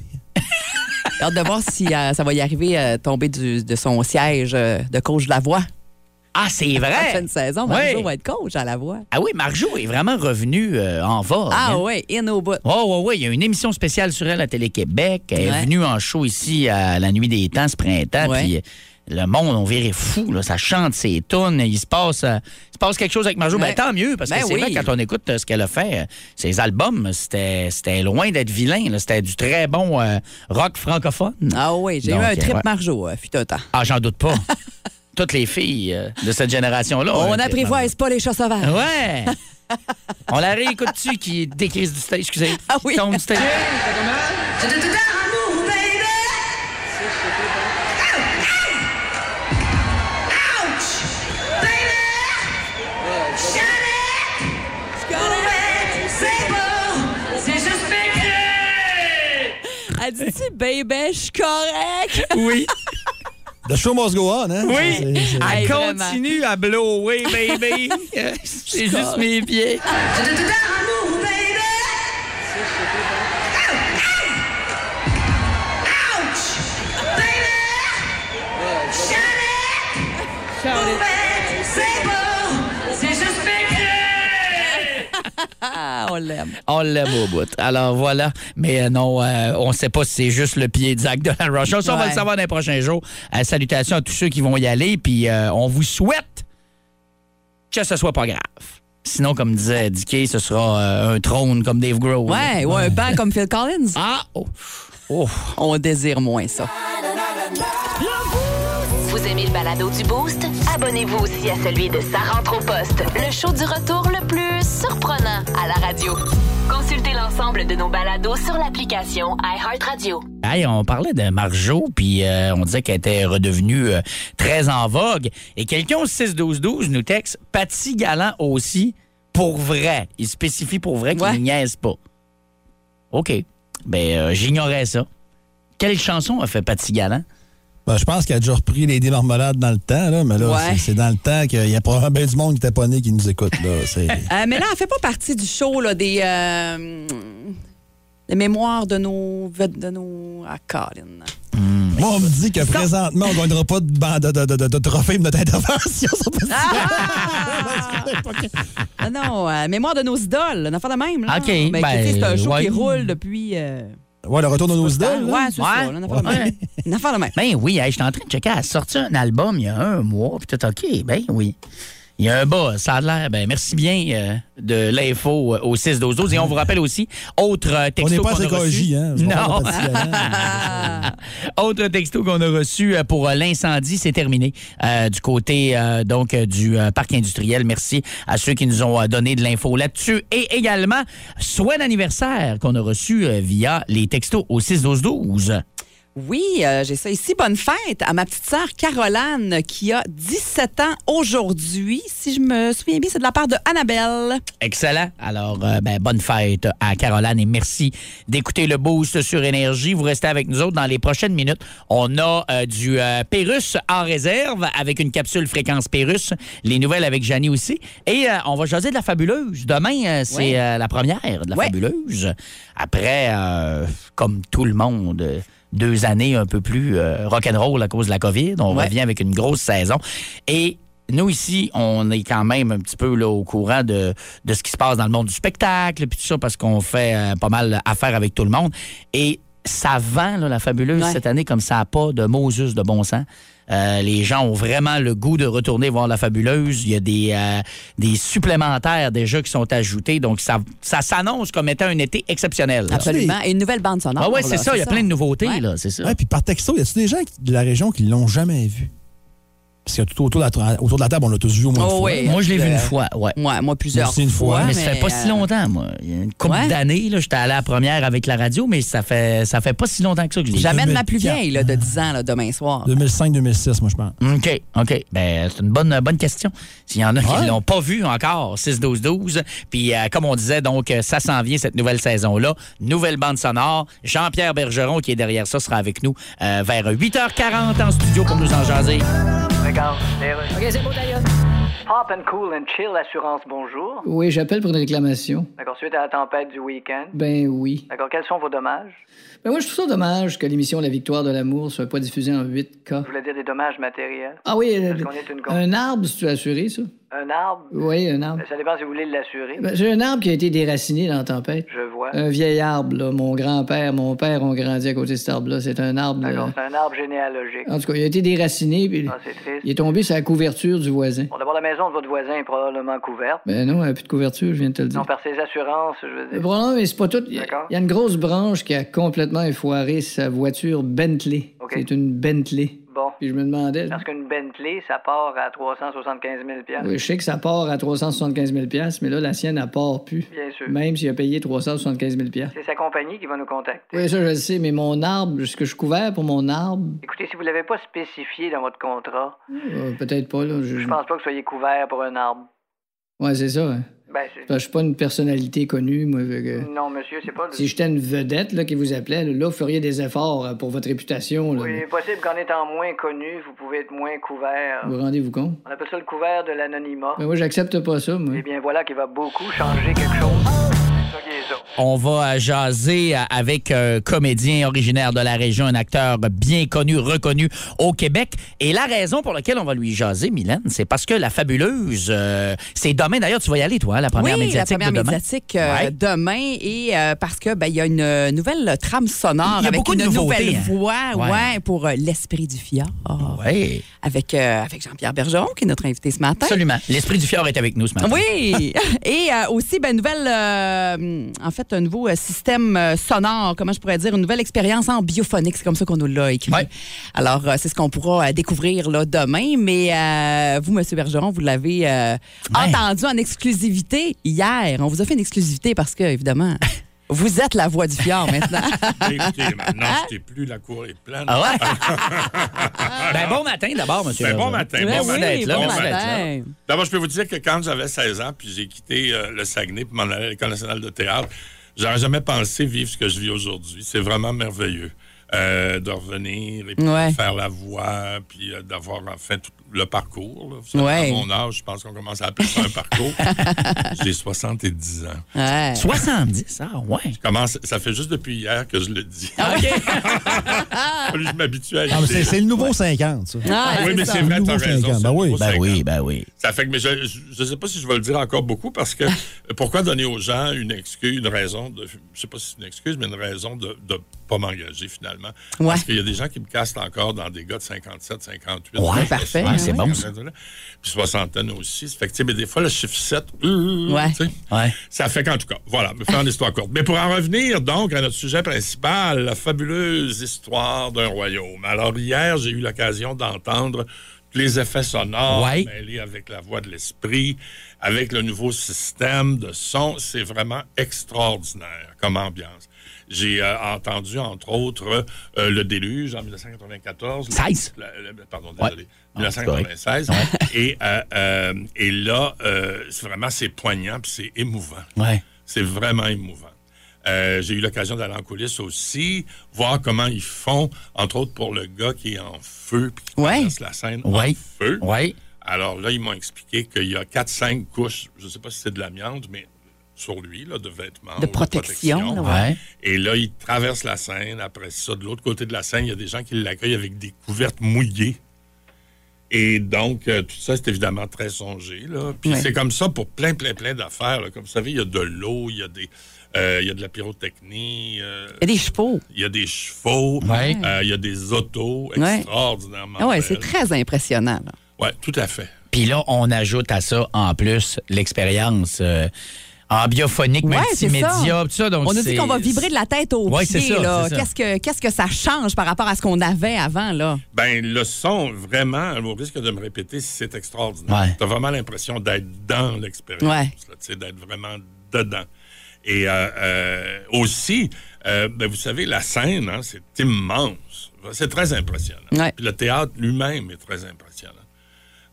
B: J'ai hâte de voir si euh, ça va y arriver euh, tomber du- de son siège euh, de coach de la voix.
A: Ah, c'est vrai.
B: La prochaine saison, Marjo
A: Oui.
B: va être coach à la voix.
A: Ah oui, Marjo est vraiment revenue euh, en vogue.
B: Ah
A: hein.
B: oui, in au bout.
A: Oh, ouais, ouais. Il y a une émission spéciale sur elle à Télé-Québec. Elle est
B: Ouais.
A: venue en show ici à la Nuit des Temps ce printemps.
B: Ouais.
A: Puis euh, le monde, on verrait fou. Là. Ça chante ses tunes. Il se passe, euh, il se passe quelque chose avec Marjo.
B: Ouais.
A: Ben, tant mieux, parce
B: Ben
A: que c'est
B: oui.
A: vrai, quand on écoute euh, ce qu'elle a fait, euh, ses albums, c'était c'était loin d'être vilain. là. C'était du très bon euh, rock francophone.
B: Ah oui, j'ai eu
A: Donc,
B: un
A: euh,
B: trip
A: ouais.
B: Marjo, euh, fut un temps.
A: Ah, j'en doute pas. Toutes les filles euh, de cette génération-là. ont un
B: On
A: trip
B: n'apprivoise pas les chats sauvages.
A: Ouais! On la réécoute-tu qui décrise du stage, excusez. Ah oui. Tombe du stage.
K: Je te donne amour, baby. Ouch! Baby! Jamais! Mauvais, c'est bon, c'est juste pété.
B: Elle dit-tu, baby, je suis correct?
A: Oui.
D: The show must go on, hein?
A: Oui,
D: C'est- c'est-
A: elle
B: Hey,
A: continue à blower, baby. C'est juste mes pieds.
K: Je te donne amour, baby. Ouch! Baby! Jamais! Mauvais, c'est bon, c'est juste pété.
B: Ah, on l'aime.
A: On l'aime au bout. Alors voilà. Mais euh, non, euh, on ne sait pas si c'est juste le pied de Zach de la Rocha. Ça, on va
B: Ouais.
A: le savoir dans les prochains jours. Euh, salutations à tous ceux qui vont y aller. Puis euh, on vous souhaite que ce soit pas grave. Sinon, comme disait Dicky, ce sera euh, un trône comme Dave Grohl.
B: Ouais, ou un banc comme Phil Collins.
A: Ah! Oh. Oh.
B: On désire moins ça.
O: Vous aimez le balado du Boost? Abonnez-vous aussi à celui de Sa rentre au poste, le show du retour le plus surprenant à la radio. Consultez l'ensemble de nos balados sur l'application iHeartRadio.
A: Hey, on parlait de Marjo, puis euh, on disait qu'elle était redevenue euh, très en vogue. Et quelqu'un au 6-12-12 nous texte Patty Galant aussi, pour vrai. Il spécifie pour vrai qu'il
B: Ouais.
A: niaise pas. OK. Ben, euh, j'ignorais ça. Quelle chanson a fait Patty Galant?
D: Ben, je pense qu'elle a déjà repris les dés marmelades dans le temps, là, mais là,
B: Ouais.
D: c'est- c'est dans le temps qu'il y a probablement bien du monde qui n'était pas né qui nous écoute. Là. C'est-
B: Euh, mais là, elle fait pas partie du show là, des euh, les mémoires de nos vét- de nos ah, Colin.
A: Hmm, journée.
D: Moi, on me dit que présentement, on ne gagnera pas de, ban- de, de, de, de- de trophée de notre intervention.
B: Ah non, euh, mémoire de nos idoles, une affaire de même. Là.
D: OK,
B: Ben,
D: ben,
B: tu sais, c'est un show
D: ouais.
B: qui roule depuis. euh,
D: Ouais, le retour de nos
B: idoles, là. Ouais, c'est ça, là,
A: on
B: une
A: a
B: affaire de même. Une affaire de même.
A: Ben oui, hey, j'étais en train de checker. Elle a sorti un album il y a un mois, puis tout OK. Ben oui. Il y a un bas, ça a l'air. Ben, merci bien euh, de l'info euh, au 6-12-12. Et on vous rappelle aussi, autre euh, texto.
D: On n'est pas
A: qu'on
D: à
A: a
D: CKJ,
A: reçu.
D: hein? Je vais voir
A: Non.
D: la petite
A: autre texto qu'on a reçu euh, pour euh, l'incendie, c'est terminé. Euh, du côté euh, donc euh, du euh, parc industriel. Merci à ceux qui nous ont euh, donné de l'info là-dessus. Et également, soit d'anniversaire qu'on a reçu euh, via les textos au 6-12-12.
B: Oui, euh, j'ai ça ici. Bonne fête à ma petite sœur Caroline qui a 17 ans aujourd'hui. Si je me souviens bien, c'est de la part de Annabelle.
A: Ah, Excellent. Alors, euh, ben, bonne fête à Caroline et merci d'écouter le boost sur Énergie. Vous restez avec nous autres dans les prochaines minutes. On a euh, du euh, Pérus en réserve avec une capsule fréquence Pérus. Les nouvelles avec Janie aussi. Et euh, on va jaser de la fabuleuse. Demain, euh, c'est
B: Ouais.
A: euh, la première de la
B: Ouais.
A: fabuleuse. Après, euh, comme tout le monde, euh, deux années un peu plus euh, rock'n'roll à cause de la COVID. On
B: Ouais.
A: revient avec une grosse saison. Et nous, ici, on est quand même un petit peu là, au courant de, de ce qui se passe dans le monde du spectacle, puis tout ça, parce qu'on fait euh, pas mal affaire avec tout le monde. Et ça vend, là, la fabuleuse, cette année, comme ça n'a pas de Moses de bon sens. Euh, les gens ont vraiment le goût de retourner voir la fabuleuse. Il y a des, euh, des supplémentaires déjà qui sont ajoutés. Donc, ça, ça s'annonce comme étant un été exceptionnel. là.
B: Absolument. Et une nouvelle bande sonore.
A: Ah ouais,
B: là,
A: c'est ça, il y a plein de nouveautés, là, c'est ça.
D: Ouais, puis par texto, y a-tu des gens qui- de la région qui l'ont jamais vu? Parce que tout autour de la, autour de la table, on l'a tous vu au moins une
B: Oh,
D: fois.
B: oui. Moi, je l'ai vu une fois,
A: ouais.
B: moi, plusieurs
D: C'est une fois.
B: fois,
A: mais ça fait
B: mais, euh,
A: pas si longtemps, moi. Il y a une couple d'années, là, j'étais allé à la première avec la radio, mais ça fait ça fait pas si longtemps que ça que je l'ai.
B: J'amène ma plus vieille là, de 10 ans là, demain soir.
D: 2005-2006, moi, je pense.
A: OK, OK. Ben, c'est une bonne, bonne question. S'il y en a qui
D: Ouais.
A: l'ont pas vu encore, 6-12-12. Puis, euh, comme on disait, donc, euh, ça s'en vient cette nouvelle saison-là. Nouvelle bande sonore. Jean-Pierre Bergeron, qui est derrière ça, sera avec nous euh, vers 8h40 en studio pour nous en jaser.
E: Regarde, OK, c'est beau d'ailleurs. Pop and cool and chill, assurance, bonjour.
F: Oui, j'appelle pour une réclamation.
E: D'accord, suite à la tempête du week-end.
F: Ben oui.
E: D'accord, quels sont vos dommages?
F: Ben moi, je trouve ça dommage que l'émission La victoire de l'amour soit pas diffusée en 8K.
E: Je voulais dire des dommages matériels.
F: Ah oui, euh,
E: Parce qu'on est une compagnie.
F: un arbre, si tu as assuré ça?
E: Un arbre?
F: Oui, un arbre.
E: Ben, Ça dépend si vous voulez l'assurer.
F: Ben, J'ai un arbre qui a été déraciné dans la tempête.
E: Je vois.
P: Euh,
F: Un vieil arbre, là. Mon grand-père, mon père ont grandi à côté de cet arbre-là. C'est un arbre.
E: D'accord,
F: euh,
E: c'est un arbre généalogique.
F: En tout cas, il a été déraciné, puis
E: Ah, c'est triste.
F: il est tombé sur la couverture du voisin.
E: Bon, d'abord, la maison de votre voisin est probablement couverte.
F: Ben non, il n'y a plus de couverture, je viens de te le dire.
E: Non, par ses assurances, je veux
F: Le
E: dire.
F: problème, Euh, mais c'est pas tout. Il y a-
E: D'accord.
F: il y a une grosse branche qui a complètement effoiré sa voiture Bentley.
E: OK.
F: C'est une Bentley.
E: Bon.
F: Puis je me demandais. là,
E: Parce qu'une Bentley, ça part à 375 000
F: oui, je sais que ça part à 375 000 mais là, la sienne, elle part plus.
E: Bien sûr.
F: Même s'il a payé 375 000
E: C'est sa compagnie qui va nous contacter.
F: Oui, ça, je le sais, mais mon arbre, ce que je suis couvert pour mon arbre,
E: Écoutez, si vous ne l'avez pas spécifié dans votre contrat,
F: euh, peut-être pas, là. Je...
E: je pense pas que vous soyez couvert pour un arbre.
F: Ouais, c'est ça. hein.
E: Ben, c'est-
F: Parce que Je suis pas une personnalité connue, moi. fait que-
E: Non, monsieur, c'est pas... le-
F: Si j'étais une vedette là, qui vous appelait, là, vous feriez des efforts euh, pour votre réputation. Là,
E: Oui, il est possible qu'en étant moins connu, vous pouvez être moins couvert.
F: Vous rendez-vous compte?
E: On appelle ça le couvert de l'anonymat.
F: Mais moi, j'accepte pas ça, moi.
E: Eh bien, voilà qui va beaucoup changer quelque chose. C'est ça qui est ça.
A: On va euh, jaser euh, avec un comédien originaire de la région, un acteur bien connu, reconnu au Québec. Et la raison pour laquelle on va lui jaser, Mylène, c'est parce que la fabuleuse, euh, c'est demain. D'ailleurs, tu vas y aller, toi, hein, la première
B: oui,
A: médiatique
B: la première
A: de demain.
B: médiatique euh,
A: Ouais.
B: demain et euh, parce que ben il y a une euh, nouvelle trame sonore
A: Il y a
B: avec
A: beaucoup de
B: une
A: nouveautés,
B: nouvelle
A: hein.
B: voix,
A: Ouais.
B: ouais, pour euh, l'esprit du fjord. Avec euh, avec Jean-Pierre Bergeron qui est notre invité ce matin.
A: Absolument. L'esprit du fjord est avec nous ce
P: Ah.
A: matin.
B: Ben, Oui, et euh, aussi ben nouvelle, euh, hum, en fait un nouveau euh, système euh, sonore, comment je pourrais dire, une nouvelle expérience en biophonique, c'est comme ça qu'on nous l'a écrit. Alors euh, c'est ce qu'on pourra euh, découvrir là demain, mais euh, vous Monsieur Bergeron, vous l'avez euh, entendu en exclusivité hier. On vous a fait une exclusivité parce que évidemment. Vous êtes la voix du fjord maintenant.
P: Écoutez, maintenant, je t'ai plus, la cour est pleine.
A: Ah ouais? ben, bon matin d'abord, monsieur.
P: Ben, bon
A: Bergeron.
P: matin.
A: Merci
P: bon matin.
A: d'être là,
P: bon
A: merci d'être là.
P: matin. D'abord, Ah, je peux vous dire que quand j'avais 16 ans, puis j'ai quitté euh, le Saguenay pour m'en ah, aller à l'École nationale de théâtre, j'aurais jamais pensé vivre ce que je vis aujourd'hui. C'est vraiment merveilleux. euh, de revenir et puis
B: Ouais.
P: de faire la voix, puis euh, d'avoir euh, fait tout le parcours. là. Vous savez,
B: Ouais.
P: À mon âge, je pense qu'on commence à appeler
D: Ah,
P: ça un parcours. J'ai 70 ans.
B: Ouais.
A: 70, ah ouais.
P: Je commence, ça fait juste depuis hier que je le dis. Fallu que je m'habitue à
D: Ah, mais c'est-
P: l'idée.
D: c'est le nouveau 50, ça.
B: Ah,
P: oui, mais c'est vrai,
D: Le
P: t'as
D: nouveau
P: raison.
D: 50.
P: c'est
D: Ben
P: le
D: oui,
P: nouveau
D: ben
P: 50.
D: oui,
A: ben oui.
P: Ça fait que, mais je, je, je sais pas si je vais le dire encore beaucoup parce que euh, pourquoi donner aux gens une excuse, une raison de, je sais pas si c'est une excuse, mais une raison de ne pas m'engager finalement.
B: Ouais.
P: Parce qu'il y a des gens qui me cassent encore dans des gars de 57, 58.
A: Ouais,
P: là, je
A: parfait,
P: sais,
A: ouais, c'est bon, ça.
P: Puis soixantaine aussi. Ça fait que, tu sais, mais des fois, le chiffre 7,
A: Ouais.
P: tu sais, ça fait qu'en tout cas, voilà, me faire une histoire courte. Mais pour en revenir donc à notre sujet principal, la fabuleuse histoire d'un royaume. Alors hier, j'ai eu l'occasion d'entendre tous les effets sonores
A: Ouais.
P: mêlés avec la voix de l'esprit, avec le nouveau système de son. C'est vraiment extraordinaire comme ambiance. J'ai euh, entendu, entre autres, euh, le déluge en 1994. le-
A: 16.
P: la- la- pardon,
A: Ouais.
P: désolé.
A: Ah, c'est correct.
P: 1996. Et, euh, euh, et là, euh, c'est vraiment, c'est poignant puis c'est émouvant.
A: Ouais.
P: C'est vraiment émouvant. Euh, J'ai eu l'occasion d'aller en coulisses aussi, voir comment ils font, entre autres pour le gars qui est en feu puis qui traverse la scène
A: Ouais.
P: en feu. Alors là, ils m'ont expliqué qu'il y a 4-5 couches, je ne sais pas si c'est de l'amiante, mais sur lui, là, de vêtements.
B: De
P: ou
B: protection, là, ouais. Ouais.
P: Et là, il traverse la scène. Après ça, de l'autre côté de la scène, il y a des gens qui l'accueillent avec des couvertes mouillées. Et donc, euh, tout ça, c'est évidemment très songé. Là. Puis
Q: Ouais.
P: c'est comme ça pour plein, plein, plein d'affaires. là. Comme vous savez, il y a de l'eau, il y a des... euh, il y a de la pyrotechnie. euh,
B: Il y a des chevaux.
P: il y a des chevaux.
B: Ouais.
P: euh, il y a des autos
B: Ouais.
P: extraordinairement
B: Ah ouais, c'est
P: belles.
B: très impressionnant. là.
P: Ouais, tout à fait.
A: Puis là, on ajoute à ça, en plus, l'expérience euh, en biophonique,
B: Ouais, c'est ça.
A: multimédia, tout ça. Donc
B: on a dit
A: c'est-
B: qu'on va vibrer de la tête aux
A: Ouais,
B: pieds.
A: c'est ça,
B: là.
A: c'est ça.
B: Qu'est-ce que qu'est-ce que ça change par rapport à ce qu'on avait avant là
P: Ben, le son, vraiment, au risque de me répéter, c'est extraordinaire.
B: Ouais.
P: T'as vraiment l'impression d'être dans l'expérience,
B: Ouais.
P: là, tu sais, d'être vraiment dedans. Et euh, euh, aussi, euh, ben, vous savez, la scène, hein, c'est immense. C'est très impressionnant.
B: Ouais.
P: Puis le théâtre lui-même est très impressionnant.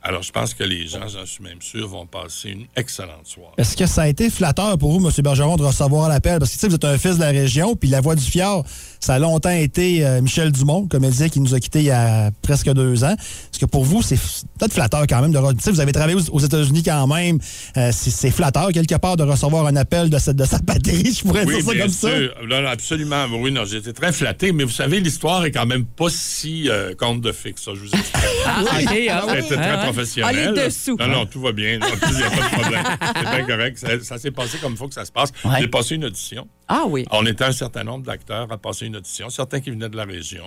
P: Alors, je pense que les gens, j'en suis même sûr, vont passer une excellente soirée.
D: Est-ce que ça a été flatteur pour vous, M. Bergeron, de recevoir l'appel? Parce que tu sais, vous êtes un fils de la région, puis la voix du fjord, ça a longtemps été euh, Michel Dumont, comme elle disait, qui nous a quittés il y a presque deux ans. Est-ce que pour vous, c'est f- peut-être flatteur quand même de re- tu sais, Vous avez travaillé aux, aux États-Unis quand même. Euh, c'est, c'est flatteur, quelque part, de recevoir un appel de, cette- de sa patrie, je pourrais
P: oui,
D: dire ça
P: bien
D: comme
P: sûr. Non, non, absolument. Oui, non, j'étais très flatté, mais vous savez, l'histoire est quand même pas si euh, conte de fixe, ça, je vous explique.
A: Ah, ok, ah oui.
P: C'était
A: Ah,
P: très
A: ouais.
P: professionnel.
A: Ah, les dessous.
P: Non, non, tout va bien. Non, Il n'y a pas de problème. C'est bien correct. Ça, ça s'est passé comme il faut que ça se passe. J'ai passé une audition.
B: Ah oui.
P: On était un certain nombre d'acteurs à passer une audition. Certains qui venaient de la région,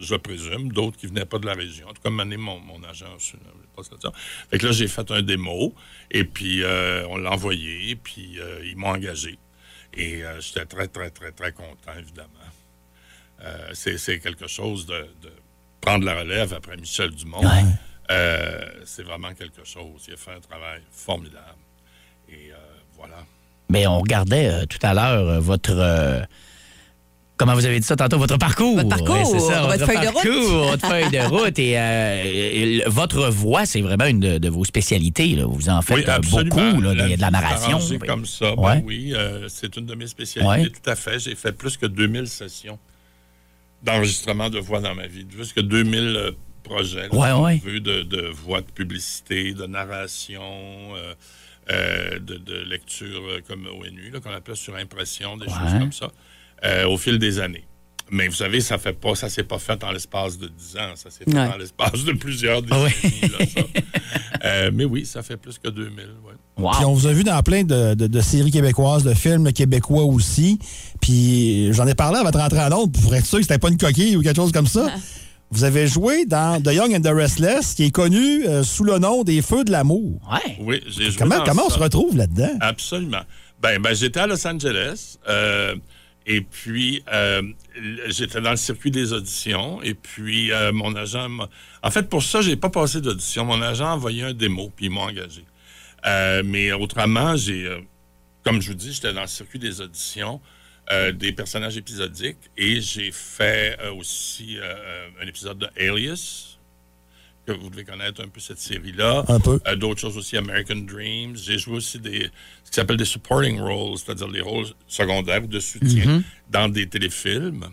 P: je présume, d'autres qui venaient pas de la région. En tout cas, mané mon, mon agent, je n'avais pas ça. ça. Fait que là, j'ai fait un démo, et puis euh, on l'a envoyé, puis euh, ils m'ont engagé. Et euh, j'étais très, très, très, très content, évidemment. Euh, c'est c'est quelque chose de, de prendre la relève après Michel Dumont. Euh, c'est vraiment quelque chose. Il a fait un travail formidable. Et euh, voilà.
A: Mais on regardait euh, tout à l'heure euh, votre. euh, Comment vous avez dit ça tantôt, votre parcours. Votre
B: parcours,
A: c'est ça,
B: votre feuille de route.
A: parcours, votre feuille de route. Et, euh, et le- votre voix, c'est vraiment une de, de vos spécialités. là. Vous en faites
P: Oui,
A: euh,
P: absolument.
A: beaucoup, là, des- de la
P: vie
A: narration.
P: arrangée
A: Oui.
P: comme ça, ben
A: Ouais.
P: oui, euh, c'est une de mes spécialités,
A: Ouais.
P: tout à fait. J'ai fait plus que 2000 sessions d'enregistrement de voix dans ma vie, plus que 2000 euh, projets là,
A: Ouais,
P: si on
A: ouais.
P: veut, de, de voix de publicité, de narration, euh, euh, de, de lecture euh, comme ONU, là, qu'on appelle sur impression, des choses comme ça, euh, au fil des années. Mais vous savez, ça fait pas, ça s'est pas fait en l'espace de 10 ans, ça s'est fait
A: Ouais.
P: en l'espace de plusieurs
A: Ah
P: décennies.
A: ouais.
P: là, ça. Euh, mais oui, ça fait plus que 2000. ouais.
D: Puis on vous a vu dans plein de, de- de séries québécoises, de films québécois aussi. Puis j'en ai parlé avant de rentrer à Londres pour être sûr que c'était pas une coquille ou quelque chose comme ça. Vous avez joué dans The Young and the Restless, qui est connu euh, sous le nom des Feux de l'amour.
P: Oui, j'ai joué
D: Comment,
P: dans
D: comment on
P: ça.
D: se retrouve là-dedans?
P: Absolument. Ben, ben, j'étais à Los Angeles euh, et puis euh, l- j'étais dans le circuit des auditions et puis euh, mon agent m'a... En fait, pour ça, j'ai pas passé d'audition. Mon agent a envoyé un démo puis ils m'ont engagé. Euh, mais autrement, j'ai... euh, comme je vous dis, j'étais dans le circuit des auditions euh, des personnages épisodiques et j'ai fait euh, aussi euh, un épisode de Alias que vous devez connaître un peu cette série-là.
D: Un peu.
P: Euh, D'autres choses aussi, American Dreams. J'ai joué aussi des, ce qui s'appelle des
A: Mm-hmm.
P: supporting roles, c'est-à-dire des rôles secondaires ou de soutien
D: Mhm.
P: dans des téléfilms.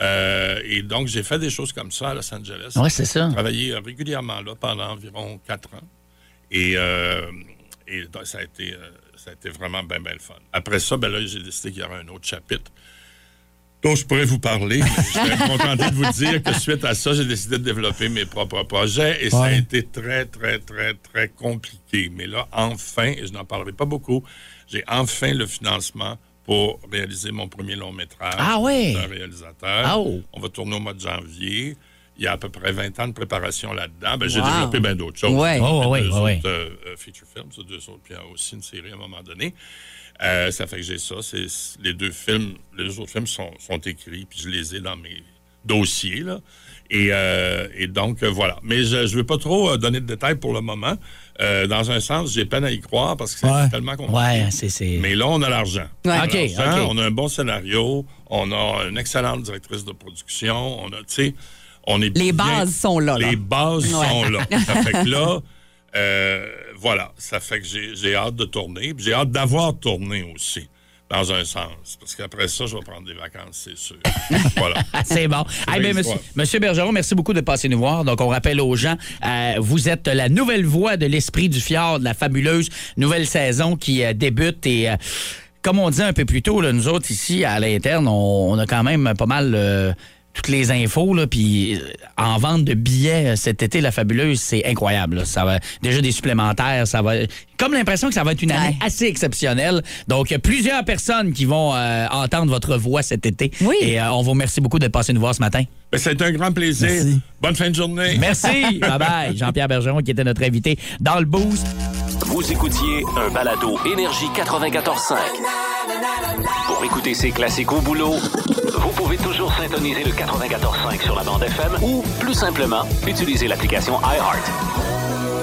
P: Euh, et donc, j'ai fait des choses comme ça à Los Angeles.
A: Ouais, c'est ça.
P: J'ai travaillé euh, régulièrement là pendant environ quatre ans. Et, euh, et donc, ça, a été, euh, ça a été vraiment bien, bien le fun. Après ça, ben là, j'ai décidé qu'il y aurait un autre chapitre dont je pourrais vous parler. je suis contenté de vous dire que suite à ça, j'ai décidé de développer mes propres projets et ça a
Q: Ouais.
P: été très, très, très, très compliqué. Mais là, enfin, et je n'en parlerai pas beaucoup, j'ai enfin le financement pour réaliser mon premier long métrage
A: Ah ouais?
P: d'un réalisateur.
A: Ah oh.
P: On va tourner au mois de janvier. Il y a à peu près 20 ans de préparation là-dedans. Ben, j'ai
A: Wow.
P: développé bien d'autres choses.
A: Ouais.
P: J'ai
A: Oh,
P: fait
A: ouais,
P: deux
A: ouais, ouais.
P: autres, euh, euh, feature films, ça, deux autres, puis il y a aussi une série à un moment donné. Euh, ça fait que j'ai ça. C'est, c'est- les deux films, les deux autres films sont, sont écrits, puis je les ai dans mes dossiers. Là. Et, euh, et donc, euh, voilà. Mais je ne veux pas trop euh, donner de détails pour le moment. Euh, dans un sens, j'ai peine à y croire parce que c'est tellement compliqué.
A: Ouais, c'est- c'est.
P: Mais là, on a l'argent.
A: Ouais.
P: On a
A: OK,
P: l'argent,
A: OK.
P: On a un bon scénario, on a une excellente directrice de production, on a, tu sais, on est
B: Les
P: bien-
B: bases sont là, là.
P: Les bases
B: Ouais.
P: sont là. Ça fait que là, euh, voilà, ça fait que j'ai j'ai hâte de tourner, puis j'ai hâte d'avoir tourné aussi, dans un sens. Parce qu'après ça, je vais prendre des vacances, c'est sûr. voilà.
A: C'est bon. Eh
P: une
A: bien,
P: histoire.
A: monsieur, monsieur Bergeron, merci beaucoup de passer nous voir. Donc, on rappelle aux gens, euh, vous êtes la nouvelle voix de l'esprit du fjord, de la fabuleuse nouvelle saison qui euh, débute et. euh, comme on disait un peu plus tôt, là, nous autres ici à l'interne, on, on a quand même pas mal euh, toutes les infos. Là, puis euh, en vente de billets euh, cet été, la fabuleuse, c'est incroyable. là. Ça va déjà des supplémentaires, ça va. Comme l'impression que ça va être une année assez exceptionnelle. Donc, il y a plusieurs personnes qui vont euh, entendre votre voix cet été. Oui. Et euh, on vous remercie beaucoup de passer nous voir ce matin.
P: Ben, ça a été un grand plaisir. Bonne fin de journée.
A: Merci. bye bye. Jean-Pierre Bergeron qui était notre invité dans le boost.
G: Vous écoutiez un balado Énergie 94.5. Pour écouter ces classiques au boulot, vous pouvez toujours syntoniser le 94.5 sur la bande FM ou, plus simplement, utiliser l'application iHeart.